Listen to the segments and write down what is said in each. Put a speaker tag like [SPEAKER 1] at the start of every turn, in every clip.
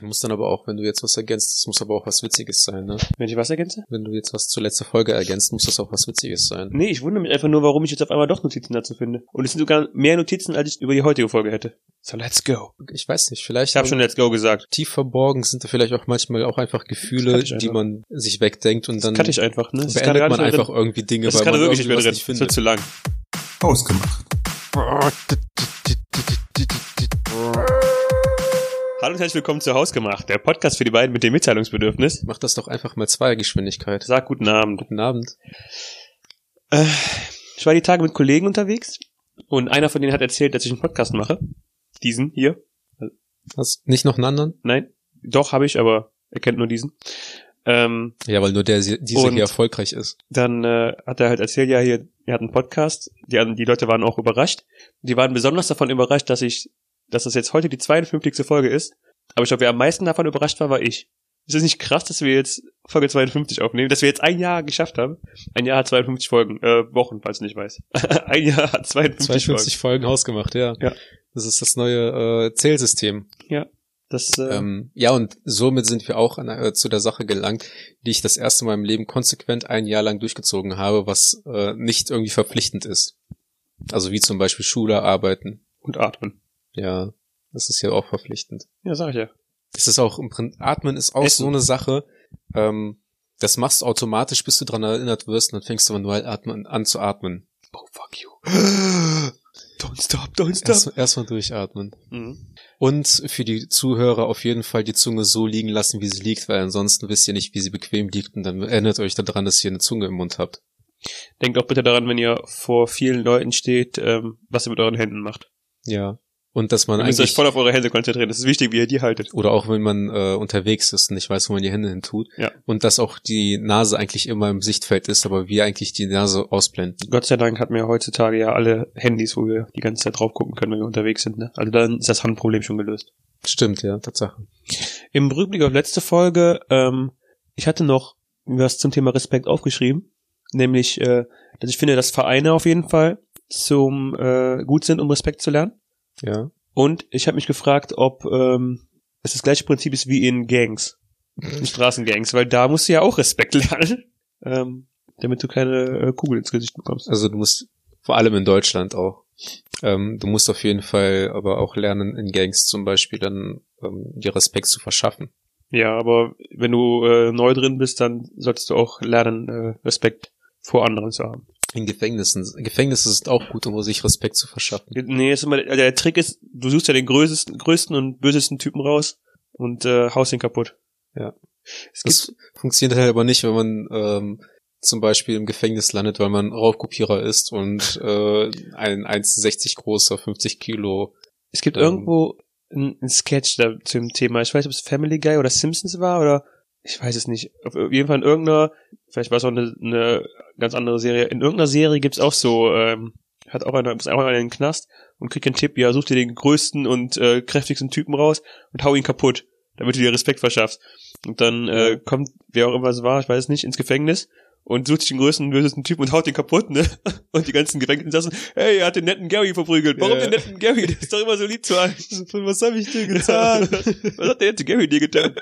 [SPEAKER 1] Du musst dann aber auch, wenn du jetzt was ergänzt, das muss aber auch was Witziges sein, ne?
[SPEAKER 2] Wenn ich was ergänze?
[SPEAKER 1] Wenn du jetzt was zur letzten Folge ergänzt, muss das auch was Witziges sein.
[SPEAKER 2] Nee, ich wundere mich einfach nur, warum ich jetzt auf einmal doch Notizen dazu finde. Und es sind sogar mehr Notizen, als ich über die heutige Folge hätte. So, let's go.
[SPEAKER 1] Ich weiß nicht, vielleicht
[SPEAKER 2] Ich habe schon let's go gesagt.
[SPEAKER 1] tief verborgen sind da vielleicht auch manchmal auch einfach Gefühle,
[SPEAKER 2] Das kann ich
[SPEAKER 1] die
[SPEAKER 2] einfach.
[SPEAKER 1] man sich wegdenkt und dann
[SPEAKER 2] Kann ich einfach, ne? Das ist gerade
[SPEAKER 1] beendet
[SPEAKER 2] gar
[SPEAKER 1] man
[SPEAKER 2] nicht mehr drin.
[SPEAKER 1] einfach irgendwie Dinge,
[SPEAKER 2] Das ist
[SPEAKER 1] weil
[SPEAKER 2] gerade
[SPEAKER 1] man
[SPEAKER 2] wirklich nicht mehr
[SPEAKER 1] irgendwas
[SPEAKER 2] drin.
[SPEAKER 1] nicht
[SPEAKER 2] Das
[SPEAKER 1] findet.
[SPEAKER 2] wird zu lang.
[SPEAKER 3] Ausgemacht.
[SPEAKER 2] Hallo und herzlich willkommen zu Hausgemacht, der Podcast für die beiden mit dem Mitteilungsbedürfnis.
[SPEAKER 1] Mach das doch einfach mal zwei Geschwindigkeit.
[SPEAKER 2] Sag guten Abend.
[SPEAKER 1] Guten Abend.
[SPEAKER 2] Äh, ich war die Tage mit Kollegen unterwegs und einer von denen hat erzählt, dass ich einen Podcast mache. Diesen hier.
[SPEAKER 1] Hast nicht noch einen anderen?
[SPEAKER 2] Nein, doch habe ich, aber er kennt nur diesen. Ähm,
[SPEAKER 1] Ja, weil nur der sie- dieser
[SPEAKER 2] Und-
[SPEAKER 1] hier erfolgreich ist.
[SPEAKER 2] dann äh, hat er halt erzählt, ja, hier, er hat einen Podcast. Die, anderen- die Leute waren auch überrascht. Die waren besonders davon überrascht, dass ich, dass das jetzt heute die 52. Folge ist. Aber ich glaube, wer am meisten davon überrascht war, war ich. Ist es nicht krass, dass wir jetzt Folge 52 aufnehmen, dass wir jetzt ein Jahr geschafft haben? Ein Jahr hat 52 Folgen, äh, Wochen, falls du nicht weißt. ein Jahr hat 52,
[SPEAKER 1] 52 Folgen hausgemacht, ja.
[SPEAKER 2] Ja.
[SPEAKER 1] Das ist das neue äh, Zählsystem.
[SPEAKER 2] Folgen. Das, äh,
[SPEAKER 1] Ähm, ja, und somit sind wir auch an, äh, zu der Sache gelangt, die ich das erste Mal im Leben konsequent ein Jahr lang durchgezogen habe, was äh, nicht irgendwie verpflichtend ist. Also wie zum Beispiel Schule, Arbeiten.
[SPEAKER 2] und atmen.
[SPEAKER 1] Ja, das ist ja auch verpflichtend.
[SPEAKER 2] Ja, sag ich ja.
[SPEAKER 1] Das ist auch im Prinzip, Atmen ist auch
[SPEAKER 2] Essen.
[SPEAKER 1] so eine Sache, ähm, das machst du automatisch, bis du dran erinnert wirst, und dann fängst du manuell atmen, an zu atmen.
[SPEAKER 2] Oh, fuck you. Don't stop, don't stop.
[SPEAKER 1] Erst- Erstmal durchatmen.
[SPEAKER 2] Mhm.
[SPEAKER 1] Und für die Zuhörer auf jeden Fall die Zunge so liegen lassen, wie sie liegt, weil ansonsten wisst ihr nicht, wie sie bequem liegt und dann erinnert euch daran, dass ihr eine Zunge im Mund habt.
[SPEAKER 2] Denkt auch bitte daran, wenn ihr vor vielen Leuten steht, ähm, was ihr mit euren Händen macht.
[SPEAKER 1] Ja. Und dass man
[SPEAKER 2] Ihr müsst euch
[SPEAKER 1] eigentlich,
[SPEAKER 2] voll auf eure Hände konzentrieren. Das ist wichtig, wie ihr die haltet.
[SPEAKER 1] oder auch wenn man äh, unterwegs ist und nicht weiß, wo man die Hände hin tut.
[SPEAKER 2] Ja.
[SPEAKER 1] Und dass auch die Nase eigentlich immer im Sichtfeld ist, aber wir eigentlich die Nase ausblenden.
[SPEAKER 2] Gott sei Dank hat mir heutzutage ja alle Handys, wo wir die ganze Zeit drauf gucken können, wenn wir unterwegs sind. Ne? Also dann ist das Handproblem schon gelöst.
[SPEAKER 1] Stimmt, ja, Tatsache.
[SPEAKER 2] Im Rückblick auf letzte Folge, ähm, ich hatte noch was zum Thema Respekt aufgeschrieben. Nämlich, äh, dass ich finde, dass Vereine auf jeden Fall zum äh, gut sind, um Respekt zu lernen.
[SPEAKER 1] Ja.
[SPEAKER 2] Und ich habe mich gefragt, ob ähm, es das gleiche Prinzip ist wie in Gangs, in Straßengangs, weil da musst du ja auch Respekt lernen, ähm, damit du keine äh, Kugel ins Gesicht bekommst.
[SPEAKER 1] Also du musst, vor allem in Deutschland auch, ähm, du musst auf jeden Fall aber auch lernen, in Gangs zum Beispiel dann ähm, dir Respekt zu verschaffen.
[SPEAKER 2] Ja, aber wenn du äh, neu drin bist, dann solltest du auch lernen, äh, Respekt vor anderen zu haben.
[SPEAKER 1] In Gefängnissen. Gefängnisse sind auch gut, um sich Respekt zu verschaffen.
[SPEAKER 2] Nee, ist immer, also der Trick ist, du suchst ja den größten, größten und bösesten Typen raus und äh, haust ihn kaputt.
[SPEAKER 1] Ja.
[SPEAKER 2] Es gibt,
[SPEAKER 1] Das funktioniert halt aber nicht, wenn man ähm, zum Beispiel im Gefängnis landet, weil man Raubkopierer ist und äh, ein 1,60 großer, 50 Kilo.
[SPEAKER 2] es gibt
[SPEAKER 1] ähm,
[SPEAKER 2] irgendwo einen einen Sketch da zu dem Thema. Ich weiß nicht, ob es Family Guy oder Simpsons war oder ich weiß es nicht. Auf jeden Fall in irgendeiner, vielleicht war es auch eine, eine ganz andere Serie. In irgendeiner Serie gibt's auch so, ähm, hat auch einer, muss auch einer in den Knast und kriegt einen Tipp, ja, such dir den größten und äh, kräftigsten Typen raus und hau ihn kaputt, damit du dir Respekt verschaffst. Und dann äh, kommt, wer auch immer es war, ich weiß es nicht, ins Gefängnis und sucht sich den größten, bösesten Typen und haut den kaputt, ne? Und die ganzen Gefängnisinsassen, hey, er hat den netten Gary verprügelt. Warum
[SPEAKER 1] Ja.
[SPEAKER 2] den netten Gary? Der ist doch immer so lieb zu allen.
[SPEAKER 1] Was habe ich dir
[SPEAKER 2] Was hat der nette Gary dir getan?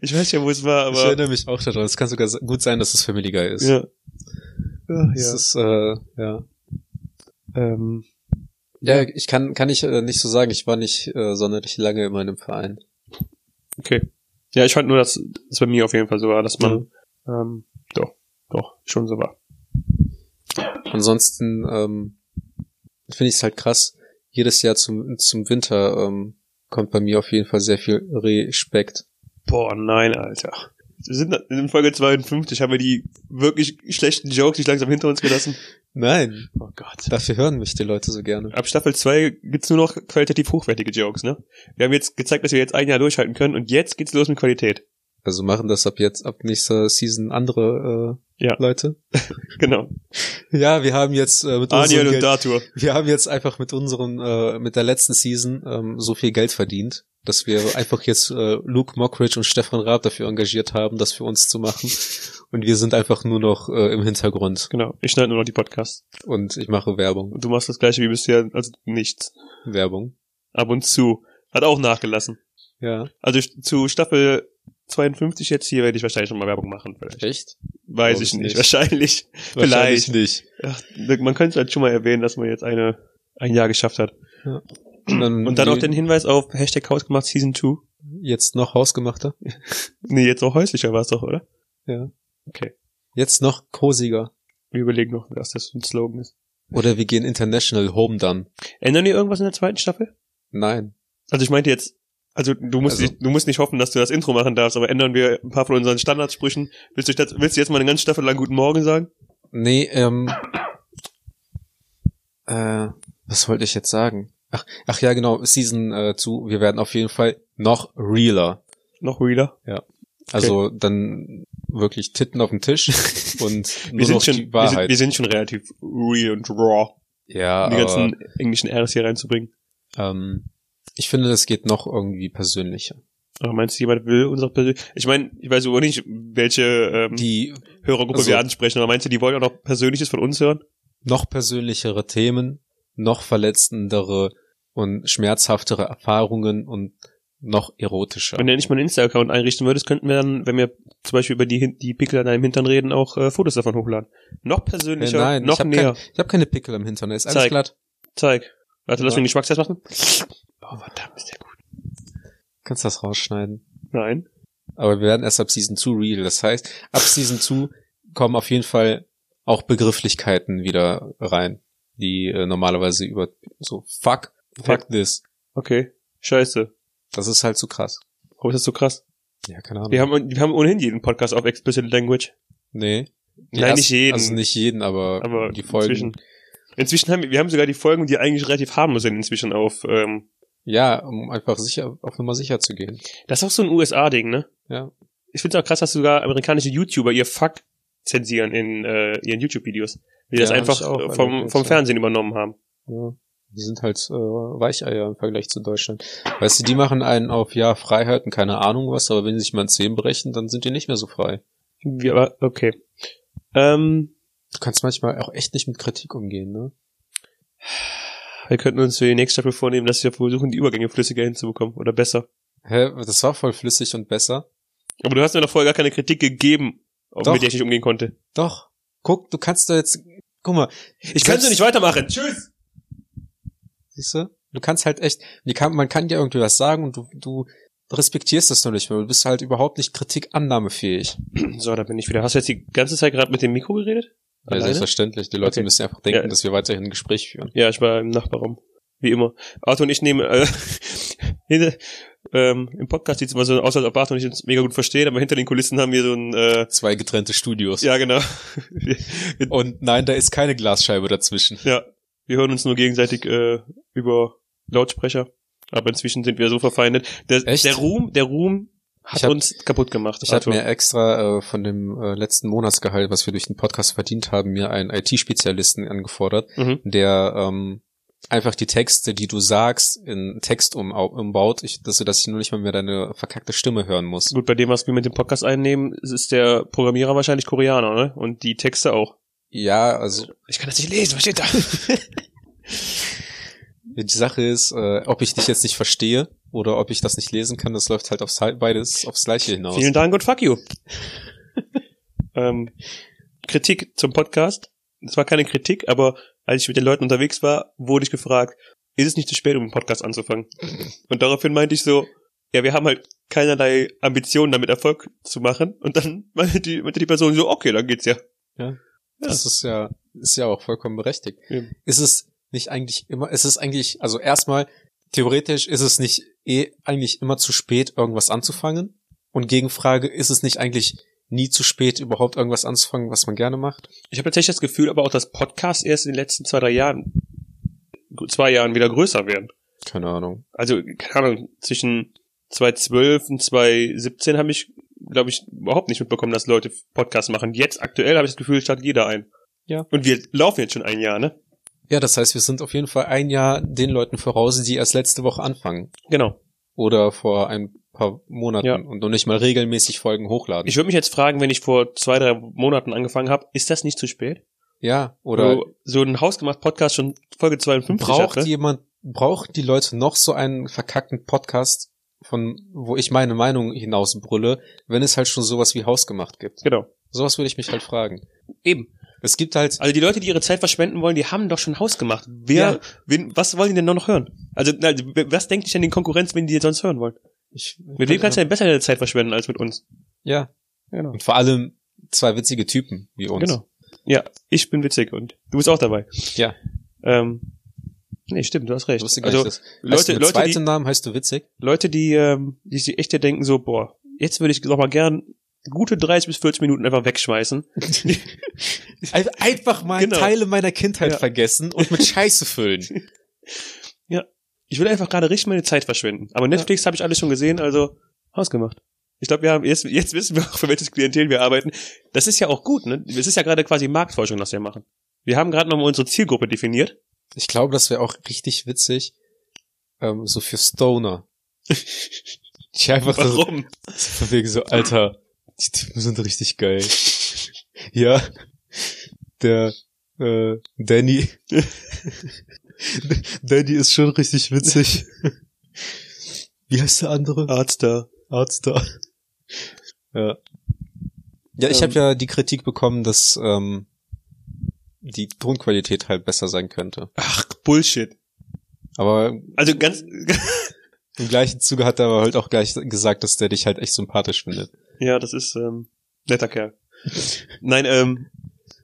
[SPEAKER 2] Ich weiß ja, wo es war,
[SPEAKER 1] ich
[SPEAKER 2] aber...
[SPEAKER 1] erinnere mich auch daran. Es kann sogar se- gut sein, dass es Family Guy ist.
[SPEAKER 2] Ja. Ja,
[SPEAKER 1] Es ist, äh, ja.
[SPEAKER 2] Ähm,
[SPEAKER 1] ja, ich kann, kann ich äh, nicht so sagen. Ich war nicht äh, sonderlich lange in meinem Verein.
[SPEAKER 2] okay. Ja, ich fand nur, dass es bei mir auf jeden Fall so war, dass man ähm, doch, doch, schon so war.
[SPEAKER 1] Ansonsten ähm, finde ich es halt krass. Jedes Jahr zum, zum Winter ähm, kommt bei mir auf jeden Fall sehr viel Respekt.
[SPEAKER 2] Boah, nein, Alter. Wir sind in Folge 52, haben wir die wirklich schlechten Jokes nicht langsam hinter uns gelassen.
[SPEAKER 1] Nein,
[SPEAKER 2] Oh Gott.
[SPEAKER 1] dafür hören mich die Leute so gerne.
[SPEAKER 2] Ab Staffel 2 gibt's nur noch qualitativ hochwertige Jokes, ne? Wir haben jetzt gezeigt, dass wir jetzt ein Jahr durchhalten können und jetzt geht's los mit Qualität.
[SPEAKER 1] Also machen das ab jetzt, ab nächster Season andere äh,
[SPEAKER 2] Ja.
[SPEAKER 1] Leute.
[SPEAKER 2] Genau.
[SPEAKER 1] Ja, wir haben jetzt äh, mit
[SPEAKER 2] Daniel
[SPEAKER 1] unserem
[SPEAKER 2] und
[SPEAKER 1] Geld,
[SPEAKER 2] Datur.
[SPEAKER 1] wir haben jetzt einfach mit unserem äh, mit der letzten Season ähm, so viel Geld verdient, dass wir einfach jetzt äh, Luke Mockridge und Stefan Raab dafür engagiert haben, das für uns zu machen. Und wir sind einfach nur noch äh, im Hintergrund
[SPEAKER 2] Genau. Ich schneide nur noch die Podcasts.
[SPEAKER 1] und ich mache Werbung,
[SPEAKER 2] Und du machst das gleiche wie bisher, also nichts.
[SPEAKER 1] Werbung.
[SPEAKER 2] Ab und zu. Hat auch nachgelassen.
[SPEAKER 1] Ja.
[SPEAKER 2] Also st- zu Staffel 52 jetzt hier werde ich wahrscheinlich schon mal Werbung machen. Vielleicht.
[SPEAKER 1] Echt?
[SPEAKER 2] Weiß
[SPEAKER 1] Glaub
[SPEAKER 2] ich
[SPEAKER 1] ich
[SPEAKER 2] nicht.
[SPEAKER 1] nicht.
[SPEAKER 2] Wahrscheinlich.
[SPEAKER 1] Wahrscheinlich nicht.
[SPEAKER 2] Ach, man könnte es halt schon mal erwähnen, dass man jetzt eine, ein Jahr geschafft hat.
[SPEAKER 1] Und dann,
[SPEAKER 2] Und dann auch den Hinweis auf Hashtag Hausgemacht Season 2.
[SPEAKER 1] jetzt noch hausgemachter.
[SPEAKER 2] Nee, jetzt auch häuslicher war es doch, oder?
[SPEAKER 1] Jetzt noch cosiger.
[SPEAKER 2] Wir überlegen noch, was das für ein Slogan ist.
[SPEAKER 1] Oder wir gehen international home dann.
[SPEAKER 2] Ändern die irgendwas in der zweiten Staffel?
[SPEAKER 1] Nein.
[SPEAKER 2] Also ich meinte jetzt, also du musst,
[SPEAKER 1] Also-
[SPEAKER 2] nicht, du musst nicht hoffen, dass du das Intro machen darfst, aber ändern wir ein paar von unseren Standardsprüchen. Willst du, das, willst du jetzt mal eine ganze Staffel lang Guten Morgen sagen?
[SPEAKER 1] Nee, ähm. Äh, was wollte ich jetzt sagen? Ach, ach ja, genau, Season äh, zu. Wir werden auf jeden Fall noch realer.
[SPEAKER 2] Noch realer?
[SPEAKER 1] Also dann wirklich Titten auf dem Tisch und
[SPEAKER 2] Wir
[SPEAKER 1] nur
[SPEAKER 2] sind,
[SPEAKER 1] noch
[SPEAKER 2] schon,
[SPEAKER 1] die
[SPEAKER 2] wir, sind,
[SPEAKER 1] Wahrheit.
[SPEAKER 2] wir sind schon relativ real und raw,
[SPEAKER 1] ja,
[SPEAKER 2] um die
[SPEAKER 1] aber,
[SPEAKER 2] ganzen englischen R's hier reinzubringen.
[SPEAKER 1] ähm, ich finde, das geht noch irgendwie persönlicher.
[SPEAKER 2] Aber meinst du, jemand will unsere Persön Ich meine, ich weiß überhaupt nicht, welche ähm,
[SPEAKER 1] Die
[SPEAKER 2] Hörergruppe
[SPEAKER 1] also-
[SPEAKER 2] wir ansprechen, aber meinst du, die wollen auch noch Persönliches von uns hören?
[SPEAKER 1] noch persönlichere Themen, noch verletzendere und schmerzhaftere Erfahrungen und noch erotischer.
[SPEAKER 2] Wenn du nicht mal einen Insta-Account einrichten würdest, könnten wir dann, wenn wir zum Beispiel über die, Hin- die Pickel an deinem Hintern reden, auch äh, Fotos davon hochladen. Noch
[SPEAKER 1] Äh,
[SPEAKER 2] persönlicher,
[SPEAKER 1] nein,
[SPEAKER 2] noch
[SPEAKER 1] ich habe
[SPEAKER 2] näher.
[SPEAKER 1] kein, ich hab keine Pickel am Hintern, ist alles
[SPEAKER 2] Zeig.
[SPEAKER 1] glatt.
[SPEAKER 2] Zeig. Warte, lass
[SPEAKER 1] Ja.
[SPEAKER 2] mich einen Geschmackstest machen. Oh, verdammt, ist der gut.
[SPEAKER 1] Kannst das rausschneiden.
[SPEAKER 2] Nein.
[SPEAKER 1] Aber wir werden erst ab Season 2 real. Das heißt, ab Season 2 kommen auf jeden Fall auch Begrifflichkeiten wieder rein, die äh, normalerweise über so fuck, fuck this.
[SPEAKER 2] Okay. Scheiße.
[SPEAKER 1] Das ist halt zu krass.
[SPEAKER 2] Warum ist das so krass?
[SPEAKER 1] Ja, keine Ahnung.
[SPEAKER 2] Wir haben, wir haben ohnehin jeden Podcast auf Explicit Language.
[SPEAKER 1] nee. Die
[SPEAKER 2] Nein,
[SPEAKER 1] ersten-
[SPEAKER 2] nicht jeden.
[SPEAKER 1] Also nicht jeden, aber,
[SPEAKER 2] aber
[SPEAKER 1] die Folgen.
[SPEAKER 2] Inzwischen, inzwischen haben wir, wir haben sogar die Folgen, die eigentlich relativ harmlos sind, inzwischen auf. Ähm,
[SPEAKER 1] Ja, um einfach sicher, auf Nummer sicher zu gehen.
[SPEAKER 2] das ist auch so ein USA-Ding, ne?
[SPEAKER 1] Ja.
[SPEAKER 2] Ich finde es auch krass, dass sogar amerikanische YouTuber ihr Fuck zensieren in äh, ihren YouTube-Videos. Wie die das
[SPEAKER 1] Ja, hab
[SPEAKER 2] einfach
[SPEAKER 1] ich auch
[SPEAKER 2] äh, vom,
[SPEAKER 1] erlebt,
[SPEAKER 2] vom
[SPEAKER 1] ja.
[SPEAKER 2] Fernsehen übernommen haben.
[SPEAKER 1] Ja. Die sind halt äh, Weicheier im Vergleich zu Deutschland. Weißt du, die machen einen auf ja Freiheit und keine Ahnung was, aber wenn sie sich mal ein Zehen brechen, dann sind die nicht mehr so frei.
[SPEAKER 2] Wie, aber, okay. Ähm,
[SPEAKER 1] Du kannst manchmal auch echt nicht mit Kritik umgehen, ne?
[SPEAKER 2] wir könnten uns für die nächste Staffel vornehmen, dass wir versuchen, die Übergänge flüssiger hinzubekommen oder besser.
[SPEAKER 1] Hä, das war voll flüssig und besser.
[SPEAKER 2] Aber du hast mir doch vorher gar keine Kritik gegeben, auf-
[SPEAKER 1] Doch.
[SPEAKER 2] mit der ich nicht umgehen konnte.
[SPEAKER 1] Doch. Guck, du kannst da jetzt, guck mal,
[SPEAKER 2] Ich kann so nicht weitermachen. Tschüss.
[SPEAKER 1] siehst du? Du kannst halt echt, die kann, man kann dir irgendwie was sagen und du, du respektierst das noch nicht mehr. Du bist halt überhaupt nicht kritikannahmefähig.
[SPEAKER 2] So, da bin ich wieder. Hast du jetzt die ganze Zeit gerade mit dem Mikro geredet?
[SPEAKER 1] Ja,
[SPEAKER 2] Alleine?
[SPEAKER 1] selbstverständlich. Die Leute
[SPEAKER 2] Okay.
[SPEAKER 1] müssen einfach denken,
[SPEAKER 2] Ja.
[SPEAKER 1] dass wir weiterhin ein Gespräch führen.
[SPEAKER 2] Ja, ich war im Nachbarraum. Wie immer. Arthur und ich nehmen äh, hinter, ähm, im Podcast sieht's immer so aus, als ob Arthur und ich uns mega gut verstehen, aber hinter den Kulissen haben wir so ein äh,
[SPEAKER 1] Zwei getrennte Studios.
[SPEAKER 2] ja genau.
[SPEAKER 1] Und nein, da ist keine Glasscheibe dazwischen.
[SPEAKER 2] ja. Wir hören uns nur gegenseitig äh, über Lautsprecher. Aber inzwischen sind wir so verfeindet. Der,
[SPEAKER 1] Echt?
[SPEAKER 2] der Ruhm, der Ruhm hat
[SPEAKER 1] Ich hab-
[SPEAKER 2] uns kaputt gemacht.
[SPEAKER 1] Ich habe
[SPEAKER 2] Arthur.
[SPEAKER 1] mir extra äh, von dem äh, letzten Monatsgehalt, was wir durch den Podcast verdient haben, mir einen IT-Spezialisten angefordert,
[SPEAKER 2] mhm.
[SPEAKER 1] der ähm, einfach die Texte, die du sagst, in Text um, umbaut, ich, dass, dass ich nur nicht mal mehr deine verkackte Stimme hören muss.
[SPEAKER 2] Gut, bei dem, was wir mit dem Podcast einnehmen, ist der Programmierer wahrscheinlich Koreaner, ne? Und die Texte auch.
[SPEAKER 1] Ja, also
[SPEAKER 2] Ich kann das nicht lesen, was steht da?
[SPEAKER 1] die Sache ist, äh, ob ich dich jetzt nicht verstehe oder ob ich das nicht lesen kann, das läuft halt aufs beides aufs Gleiche hinaus.
[SPEAKER 2] Vielen Dank und fuck you. ähm, Kritik zum Podcast. Das war keine Kritik, aber als ich mit den Leuten unterwegs war, wurde ich gefragt, ist es nicht zu spät, um einen Podcast anzufangen? Und daraufhin meinte ich so, ja, wir haben halt keinerlei Ambitionen, damit Erfolg zu machen. Und dann meinte die, meinte die Person so, okay, dann geht's ja.
[SPEAKER 1] Das ist ja, ist ja auch vollkommen berechtigt.
[SPEAKER 2] Eben.
[SPEAKER 1] Ist es nicht eigentlich immer, ist es eigentlich, also erstmal, theoretisch ist es nicht eh eigentlich immer zu spät, irgendwas anzufangen? Und Gegenfrage, ist es nicht eigentlich nie zu spät, überhaupt irgendwas anzufangen, was man gerne macht?
[SPEAKER 2] Ich habe tatsächlich das Gefühl, aber auch, dass Podcasts erst in den letzten zwei, drei Jahren, zwei Jahren wieder größer werden.
[SPEAKER 1] Keine Ahnung.
[SPEAKER 2] also keine Ahnung, zwischen 2012 und 2017 habe ich, glaube ich, überhaupt nicht mitbekommen, dass Leute Podcasts machen. Jetzt aktuell habe ich das Gefühl, startet jeder ein.
[SPEAKER 1] Ja.
[SPEAKER 2] Und wir laufen jetzt schon ein Jahr, ne?
[SPEAKER 1] Ja, das heißt, wir sind auf jeden Fall ein Jahr den Leuten voraus, die erst letzte Woche anfangen.
[SPEAKER 2] Genau.
[SPEAKER 1] Oder vor ein paar Monaten
[SPEAKER 2] Ja.
[SPEAKER 1] und noch nicht mal regelmäßig Folgen hochladen.
[SPEAKER 2] Ich würde mich jetzt fragen, wenn ich vor zwei, drei Monaten angefangen habe, ist das nicht zu spät?
[SPEAKER 1] ja, oder
[SPEAKER 2] Wo so ein hausgemacht Podcast schon Folge ne? 52
[SPEAKER 1] braucht
[SPEAKER 2] hatte.
[SPEAKER 1] jemand, braucht die Leute noch so einen verkackten Podcast, von wo ich meine Meinung hinausbrülle, wenn es halt schon sowas wie hausgemacht gibt.
[SPEAKER 2] Genau.
[SPEAKER 1] Sowas würde ich mich halt fragen.
[SPEAKER 2] Eben.
[SPEAKER 1] Es gibt halt,
[SPEAKER 2] Also die Leute, die ihre Zeit verschwenden wollen, die haben doch schon Haus gemacht. Wer,
[SPEAKER 1] Ja.
[SPEAKER 2] wen, was wollen die denn noch hören? Also, na, was denkt ich denn den Konkurrenz, wenn die jetzt sonst hören wollen?
[SPEAKER 1] ich,
[SPEAKER 2] Mit wem kannst du denn besser deine Zeit verschwenden als mit uns?
[SPEAKER 1] ja,
[SPEAKER 2] Genau.
[SPEAKER 1] und vor allem zwei witzige Typen wie uns.
[SPEAKER 2] Genau. Ja, ich bin witzig und du bist auch dabei.
[SPEAKER 1] Ja.
[SPEAKER 2] Ähm, nee, stimmt, du hast recht.
[SPEAKER 1] Ich wusste gar
[SPEAKER 2] Also
[SPEAKER 1] nicht, dass, hast du
[SPEAKER 2] Leute,
[SPEAKER 1] mit
[SPEAKER 2] Leute,
[SPEAKER 1] zweiten
[SPEAKER 2] die,
[SPEAKER 1] Namen heißt du witzig?
[SPEAKER 2] Leute, die, ähm, die sich echt denken so, boah, jetzt würde ich noch mal gern gute 30 bis 40 Minuten einfach wegschmeißen.
[SPEAKER 1] Ein- Einfach mal
[SPEAKER 2] Genau.
[SPEAKER 1] Teile meiner Kindheit
[SPEAKER 2] Ja.
[SPEAKER 1] vergessen und mit Scheiße füllen.
[SPEAKER 2] Ich will einfach gerade richtig meine Zeit verschwenden. Aber Netflix habe ich alles schon gesehen, also hausgemacht. Ich glaube, wir haben jetzt, jetzt wissen wir auch, für welches Klientel wir arbeiten. Das ist ja auch gut, ne? Es ist ja gerade quasi Marktforschung, was wir machen. Wir haben gerade nochmal unsere Zielgruppe definiert.
[SPEAKER 1] Ich glaube, das wäre auch richtig witzig, ähm, so für Stoner. Ich einfach so,
[SPEAKER 2] Warum?
[SPEAKER 1] von wegen so, Alter, die Typen sind richtig geil. Ja, der äh, Danny. Danny ist schon richtig witzig. Wie heißt der andere?
[SPEAKER 2] Arzt da.
[SPEAKER 1] Arzt da. Ja. Ja, ich
[SPEAKER 2] Ähm.
[SPEAKER 1] hab habe ja die Kritik bekommen, dass ähm, die Tonqualität halt besser sein könnte.
[SPEAKER 2] Ach, Bullshit.
[SPEAKER 1] Aber im
[SPEAKER 2] Also ganz,
[SPEAKER 1] gleichen Zuge hat er aber halt auch gleich gesagt, dass der dich halt echt sympathisch findet.
[SPEAKER 2] Ja, das ist ähm, netter Kerl. Nein, ähm,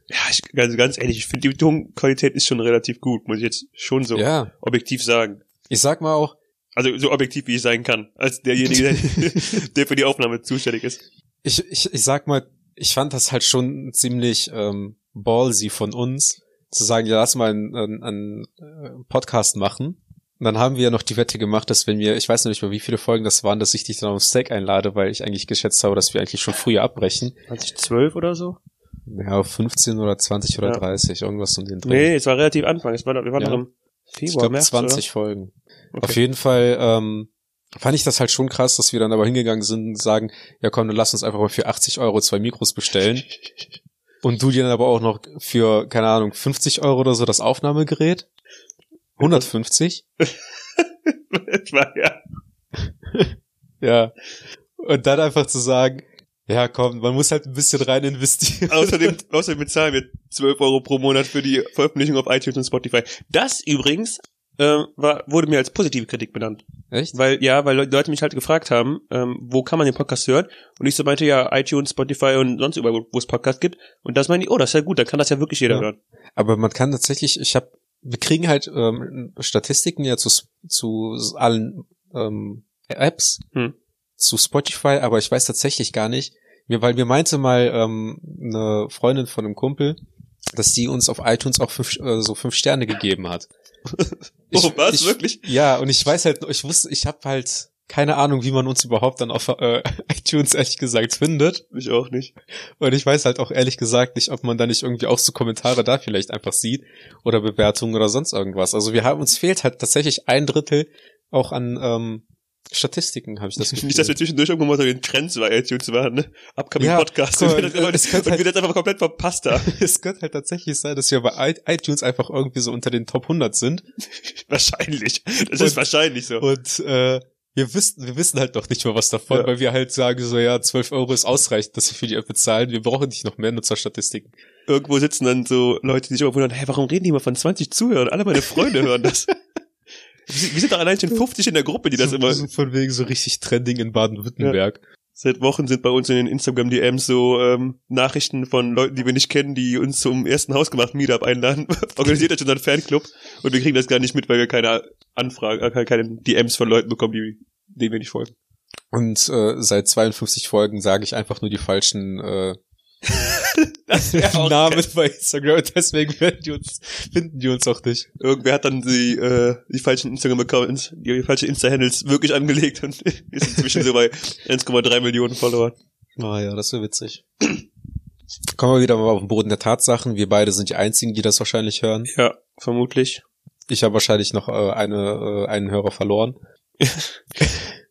[SPEAKER 2] ja, ich, also ganz ehrlich, ich finde die Tonqualität ist schon relativ gut, muss ich jetzt schon so
[SPEAKER 1] Ja.
[SPEAKER 2] objektiv sagen.
[SPEAKER 1] Ich sag mal auch,
[SPEAKER 2] Also so objektiv, wie ich sein kann, als derjenige, der, der für die Aufnahme zuständig ist.
[SPEAKER 1] ich, ich, ich sag mal, ich fand das halt schon ziemlich ähm, ballsy von uns, zu sagen, ja, lass mal einen, einen, einen äh, Podcast machen. Und dann haben wir ja noch die Wette gemacht, dass wenn wir, ich weiß noch nicht mal, wie viele Folgen das waren, dass ich dich dann auf Steak einlade, weil ich eigentlich geschätzt habe, dass wir eigentlich schon früher abbrechen.
[SPEAKER 2] 2012 oder so?
[SPEAKER 1] Ja, auf 15 oder 20 oder
[SPEAKER 2] Ja.
[SPEAKER 1] 30, irgendwas um den Dreh.
[SPEAKER 2] Nee, es war relativ Anfang. Es war, wir waren
[SPEAKER 1] Ja.
[SPEAKER 2] noch im Februar,
[SPEAKER 1] ich glaube
[SPEAKER 2] März,
[SPEAKER 1] 20 Folgen.
[SPEAKER 2] Oder?
[SPEAKER 1] Auf
[SPEAKER 2] Okay.
[SPEAKER 1] jeden Fall ähm, fand ich das halt schon krass, dass wir dann aber hingegangen sind und sagen, ja komm, dann lass uns einfach mal für 80 Euro zwei Mikros bestellen. Und du dir dann aber auch noch für, keine Ahnung, 50 Euro oder so das Aufnahmegerät? 150?
[SPEAKER 2] Es war, ja.
[SPEAKER 1] Ja. Und dann einfach zu sagen, ja komm, man muss halt ein bisschen rein investieren.
[SPEAKER 2] Außerdem, außerdem bezahlen wir 12 Euro pro Monat für die Veröffentlichung auf iTunes und Spotify. Das übrigens ähm, war, wurde mir als positive Kritik benannt.
[SPEAKER 1] Echt?
[SPEAKER 2] Weil, ja, weil Le- Leute mich halt gefragt haben, ähm, wo kann man den Podcast hören? Und ich so meinte, ja, iTunes, Spotify und sonst überall, wo- wo es Podcast gibt. Und das meinte ich, oh, das ist ja gut, dann kann das ja wirklich jeder
[SPEAKER 1] Ja.
[SPEAKER 2] hören.
[SPEAKER 1] Aber man kann tatsächlich, ich habe, wir kriegen halt ähm, Statistiken ja zu, zu allen ähm, Apps,
[SPEAKER 2] Hm.
[SPEAKER 1] zu Spotify, aber ich weiß tatsächlich gar nicht, mir, weil mir meinte mal ähm, eine Freundin von einem Kumpel, dass die uns auf iTunes auch fünf, äh, so fünf Sterne gegeben hat.
[SPEAKER 2] oh, was?
[SPEAKER 1] Ich,
[SPEAKER 2] wirklich?
[SPEAKER 1] ja, und ich weiß halt, ich wusste, ich habe halt keine Ahnung, wie man uns überhaupt dann auf äh, iTunes ehrlich gesagt findet.
[SPEAKER 2] Ich auch nicht.
[SPEAKER 1] Und ich weiß halt auch ehrlich gesagt nicht, ob man da nicht irgendwie auch so Kommentare da vielleicht einfach sieht oder Bewertungen oder sonst irgendwas. Also wir haben uns fehlt halt tatsächlich ein Drittel auch an ähm, Statistiken, habe ich das Gefühl.
[SPEAKER 2] Nicht, dass wir zwischendurch irgendwann mal so den Trends bei iTunes waren, ne? Upcoming
[SPEAKER 1] Ja,
[SPEAKER 2] Podcast.
[SPEAKER 1] guck
[SPEAKER 2] Und
[SPEAKER 1] mal,
[SPEAKER 2] wir das, einfach,
[SPEAKER 1] es könnte
[SPEAKER 2] und wir
[SPEAKER 1] halt-
[SPEAKER 2] das einfach komplett verpasst haben.
[SPEAKER 1] es könnte halt tatsächlich sein, dass wir bei i- iTunes einfach irgendwie so unter den Top 100 sind
[SPEAKER 2] wahrscheinlich.
[SPEAKER 1] Und-
[SPEAKER 2] Das ist wahrscheinlich so.
[SPEAKER 1] und äh, wir wissen, wir wissen halt noch nicht mal was davon,
[SPEAKER 2] Ja.
[SPEAKER 1] weil wir halt sagen so, ja, 12 Euro ist ausreichend, dass wir für die App bezahlen, wir brauchen nicht noch mehr Nutzerstatistiken.
[SPEAKER 2] Irgendwo sitzen dann so Leute, die sich immer wundern, hey, warum reden die immer von 20 Zuhörern? Alle meine Freunde hören das. Wir sind doch allein schon 50 in der Gruppe, die das
[SPEAKER 1] so,
[SPEAKER 2] immer
[SPEAKER 1] so von wegen so richtig trending in Baden-Württemberg.
[SPEAKER 2] Seit Wochen sind bei uns in den Instagram-DMs so ähm, Nachrichten von Leuten, die wir nicht kennen, die uns zum ersten hausgemachten Meetup einladen. Organisiert jetzt unseren Fanclub und wir kriegen das gar nicht mit, weil wir keine Anfragen, äh, keine DMs von Leuten bekommen, die, denen wir nicht folgen.
[SPEAKER 1] Und äh, seit 52 Folgen sage ich einfach nur die falschen äh,
[SPEAKER 2] auch
[SPEAKER 1] Namen bei Instagram. Und deswegen werden die uns, finden die uns auch nicht.
[SPEAKER 2] Irgendwer hat dann die, äh, die falschen Instagram-Accounts, die falschen Insta-Handles wirklich angelegt und ist inzwischen so bei 1,3 Millionen Follower.
[SPEAKER 1] Ah ja, das wäre witzig. Kommen wir wieder mal auf den Boden der Tatsachen. Wir beide sind die Einzigen, die das wahrscheinlich hören.
[SPEAKER 2] Ja, vermutlich.
[SPEAKER 1] Ich habe wahrscheinlich noch äh, eine, äh, einen Hörer verloren.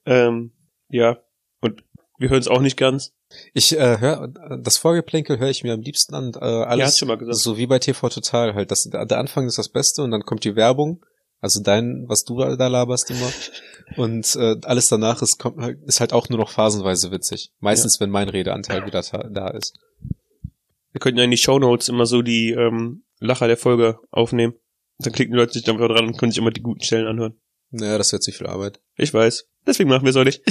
[SPEAKER 2] Ähm, ja. Und wir hören es auch nicht ganz.
[SPEAKER 1] Ich äh, höre das Vorgeplänkel höre ich mir am liebsten an. Äh,
[SPEAKER 2] Ja, hast
[SPEAKER 1] alles
[SPEAKER 2] schon mal gesagt.
[SPEAKER 1] so wie bei TV Total halt. Das, der Anfang ist das Beste und dann kommt die Werbung. Also dein, was du da laberst immer. Und äh, alles danach ist, kommt, ist halt auch nur noch phasenweise witzig. Meistens, wenn mein Redeanteil wieder ta- da ist.
[SPEAKER 2] Wir könnten ja in die Shownotes immer so die ähm, Lacher der Folge aufnehmen. Dann klicken die Leute sich einfach dran und können sich immer die guten Stellen anhören.
[SPEAKER 1] Naja, das wird zu viel Arbeit.
[SPEAKER 2] Ich weiß. Deswegen machen wir es auch nicht.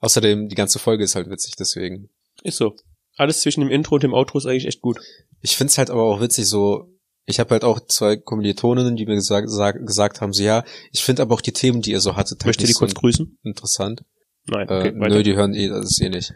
[SPEAKER 1] Außerdem, die ganze Folge ist halt witzig, deswegen.
[SPEAKER 2] Ist so. Alles zwischen dem Intro und dem Outro ist eigentlich echt gut.
[SPEAKER 1] Ich find's halt aber auch witzig, so, ich habe halt auch zwei Kommilitoninnen, die mir gesagt, sag, gesagt haben, so ja, ich find aber auch die Themen, die ihr so hattet, halt
[SPEAKER 2] Möchte die
[SPEAKER 1] nicht so
[SPEAKER 2] kurz grüßen?
[SPEAKER 1] interessant.
[SPEAKER 2] Nein,
[SPEAKER 1] Äh,
[SPEAKER 2] okay, weiter.
[SPEAKER 1] nö, die hören eh, das ist eh nicht.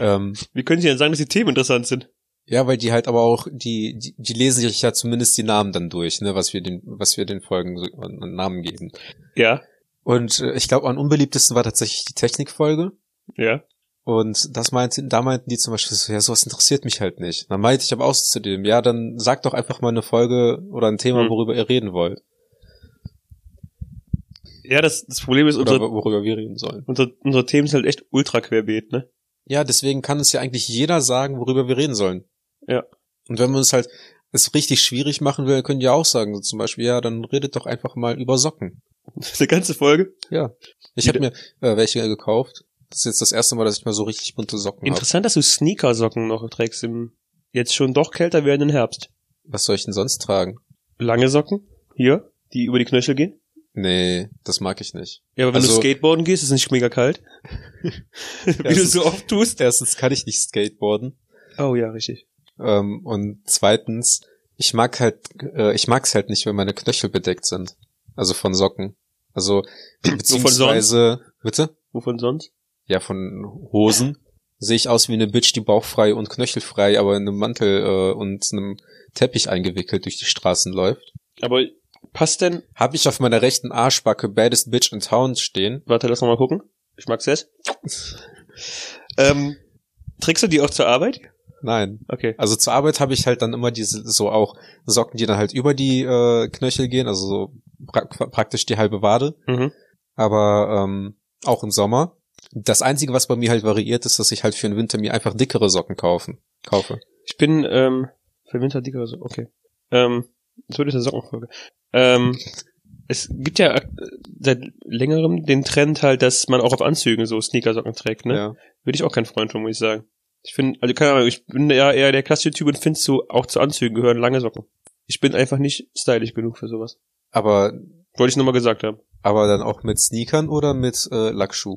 [SPEAKER 1] ähm,
[SPEAKER 2] Wie können Sie denn sagen, dass die Themen interessant sind?
[SPEAKER 1] ja, weil die halt aber auch, die, die, die lesen sich ja zumindest die Namen dann durch, ne, was wir den, was wir den Folgen so an, an Namen geben.
[SPEAKER 2] Ja,
[SPEAKER 1] Und äh, ich glaube, am unbeliebtesten war tatsächlich die Technikfolge.
[SPEAKER 2] ja.
[SPEAKER 1] Und das meinte, da meinten die zum Beispiel so, ja, sowas interessiert mich halt nicht. Dann meinte ich aber auch zu dem, ja, dann sag doch einfach mal eine Folge oder ein Thema,
[SPEAKER 2] Mhm.
[SPEAKER 1] worüber ihr reden wollt.
[SPEAKER 2] Ja, das, das Problem ist,
[SPEAKER 1] Oder
[SPEAKER 2] unsere,
[SPEAKER 1] wo- worüber wir reden sollen.
[SPEAKER 2] unsere, unsere Themen sind halt echt ultra querbeet, ne?
[SPEAKER 1] Ja, deswegen kann uns ja eigentlich jeder sagen, worüber wir reden sollen.
[SPEAKER 2] Ja.
[SPEAKER 1] Und wenn man es halt es richtig schwierig machen will, können die auch sagen, so zum Beispiel, ja, dann redet doch einfach mal über Socken.
[SPEAKER 2] Eine ganze Folge.
[SPEAKER 1] Ich
[SPEAKER 2] Wie
[SPEAKER 1] habe mir äh, welche gekauft. Das ist jetzt das erste Mal, dass ich mal so richtig bunte Socken habe.
[SPEAKER 2] Interessant, dass du Sneakersocken noch trägst im jetzt schon doch kälter werdenden Herbst.
[SPEAKER 1] Was soll ich denn sonst tragen?
[SPEAKER 2] Lange Socken, hier, die über die Knöchel gehen.
[SPEAKER 1] Nee, das mag ich nicht.
[SPEAKER 2] Ja, aber wenn
[SPEAKER 1] Also-
[SPEAKER 2] du Skateboarden gehst, ist es nicht mega kalt. Wie du
[SPEAKER 1] Erstens-
[SPEAKER 2] so oft tust.
[SPEAKER 1] Erstens kann ich nicht skateboarden.
[SPEAKER 2] Oh ja, richtig.
[SPEAKER 1] Ähm, und zweitens, ich mag halt, äh, ich mag's halt nicht, wenn meine Knöchel bedeckt sind. Also von Socken. Also beziehungsweise, bitte?
[SPEAKER 2] Wovon sonst?
[SPEAKER 1] Ja, von Hosen. Sehe ich aus wie eine Bitch, die bauchfrei und knöchelfrei, aber in einem Mantel äh, und einem Teppich eingewickelt durch die Straßen läuft.
[SPEAKER 2] Aber passt denn,
[SPEAKER 1] Habe ich auf meiner rechten Arschbacke Baddest Bitch in Town stehen.
[SPEAKER 2] warte, lass noch mal gucken. Ich mag's jetzt. ähm, trägst du die auch zur Arbeit?
[SPEAKER 1] Nein.
[SPEAKER 2] Okay.
[SPEAKER 1] Also zur Arbeit habe ich halt dann immer diese so auch Socken, die dann halt über die äh, Knöchel gehen, also so pra praktisch die halbe Wade.
[SPEAKER 2] Mhm.
[SPEAKER 1] aber ähm, auch im Sommer. Das Einzige, was bei mir halt variiert, ist, dass ich halt für den Winter mir einfach dickere Socken kaufen, kaufe.
[SPEAKER 2] Ich bin, ähm, für Winter dicker so, okay. Ähm, das wird jetzt eine Sockenfolge. Ähm, es gibt ja äh, seit längerem den Trend halt, dass man auch auf Anzügen so Sneakersocken trägt, ne?
[SPEAKER 1] Ja.
[SPEAKER 2] Würde ich auch kein Freund von, muss ich sagen. Ich finde, also keine Ahnung, ich bin ja eher der klassische Typ und finde so, auch zu Anzügen gehören lange Socken. Ich bin einfach nicht stylisch genug für sowas.
[SPEAKER 1] Aber,
[SPEAKER 2] Wollte ich nur mal gesagt haben.
[SPEAKER 1] aber dann auch mit Sneakern oder mit äh, Lackschuh.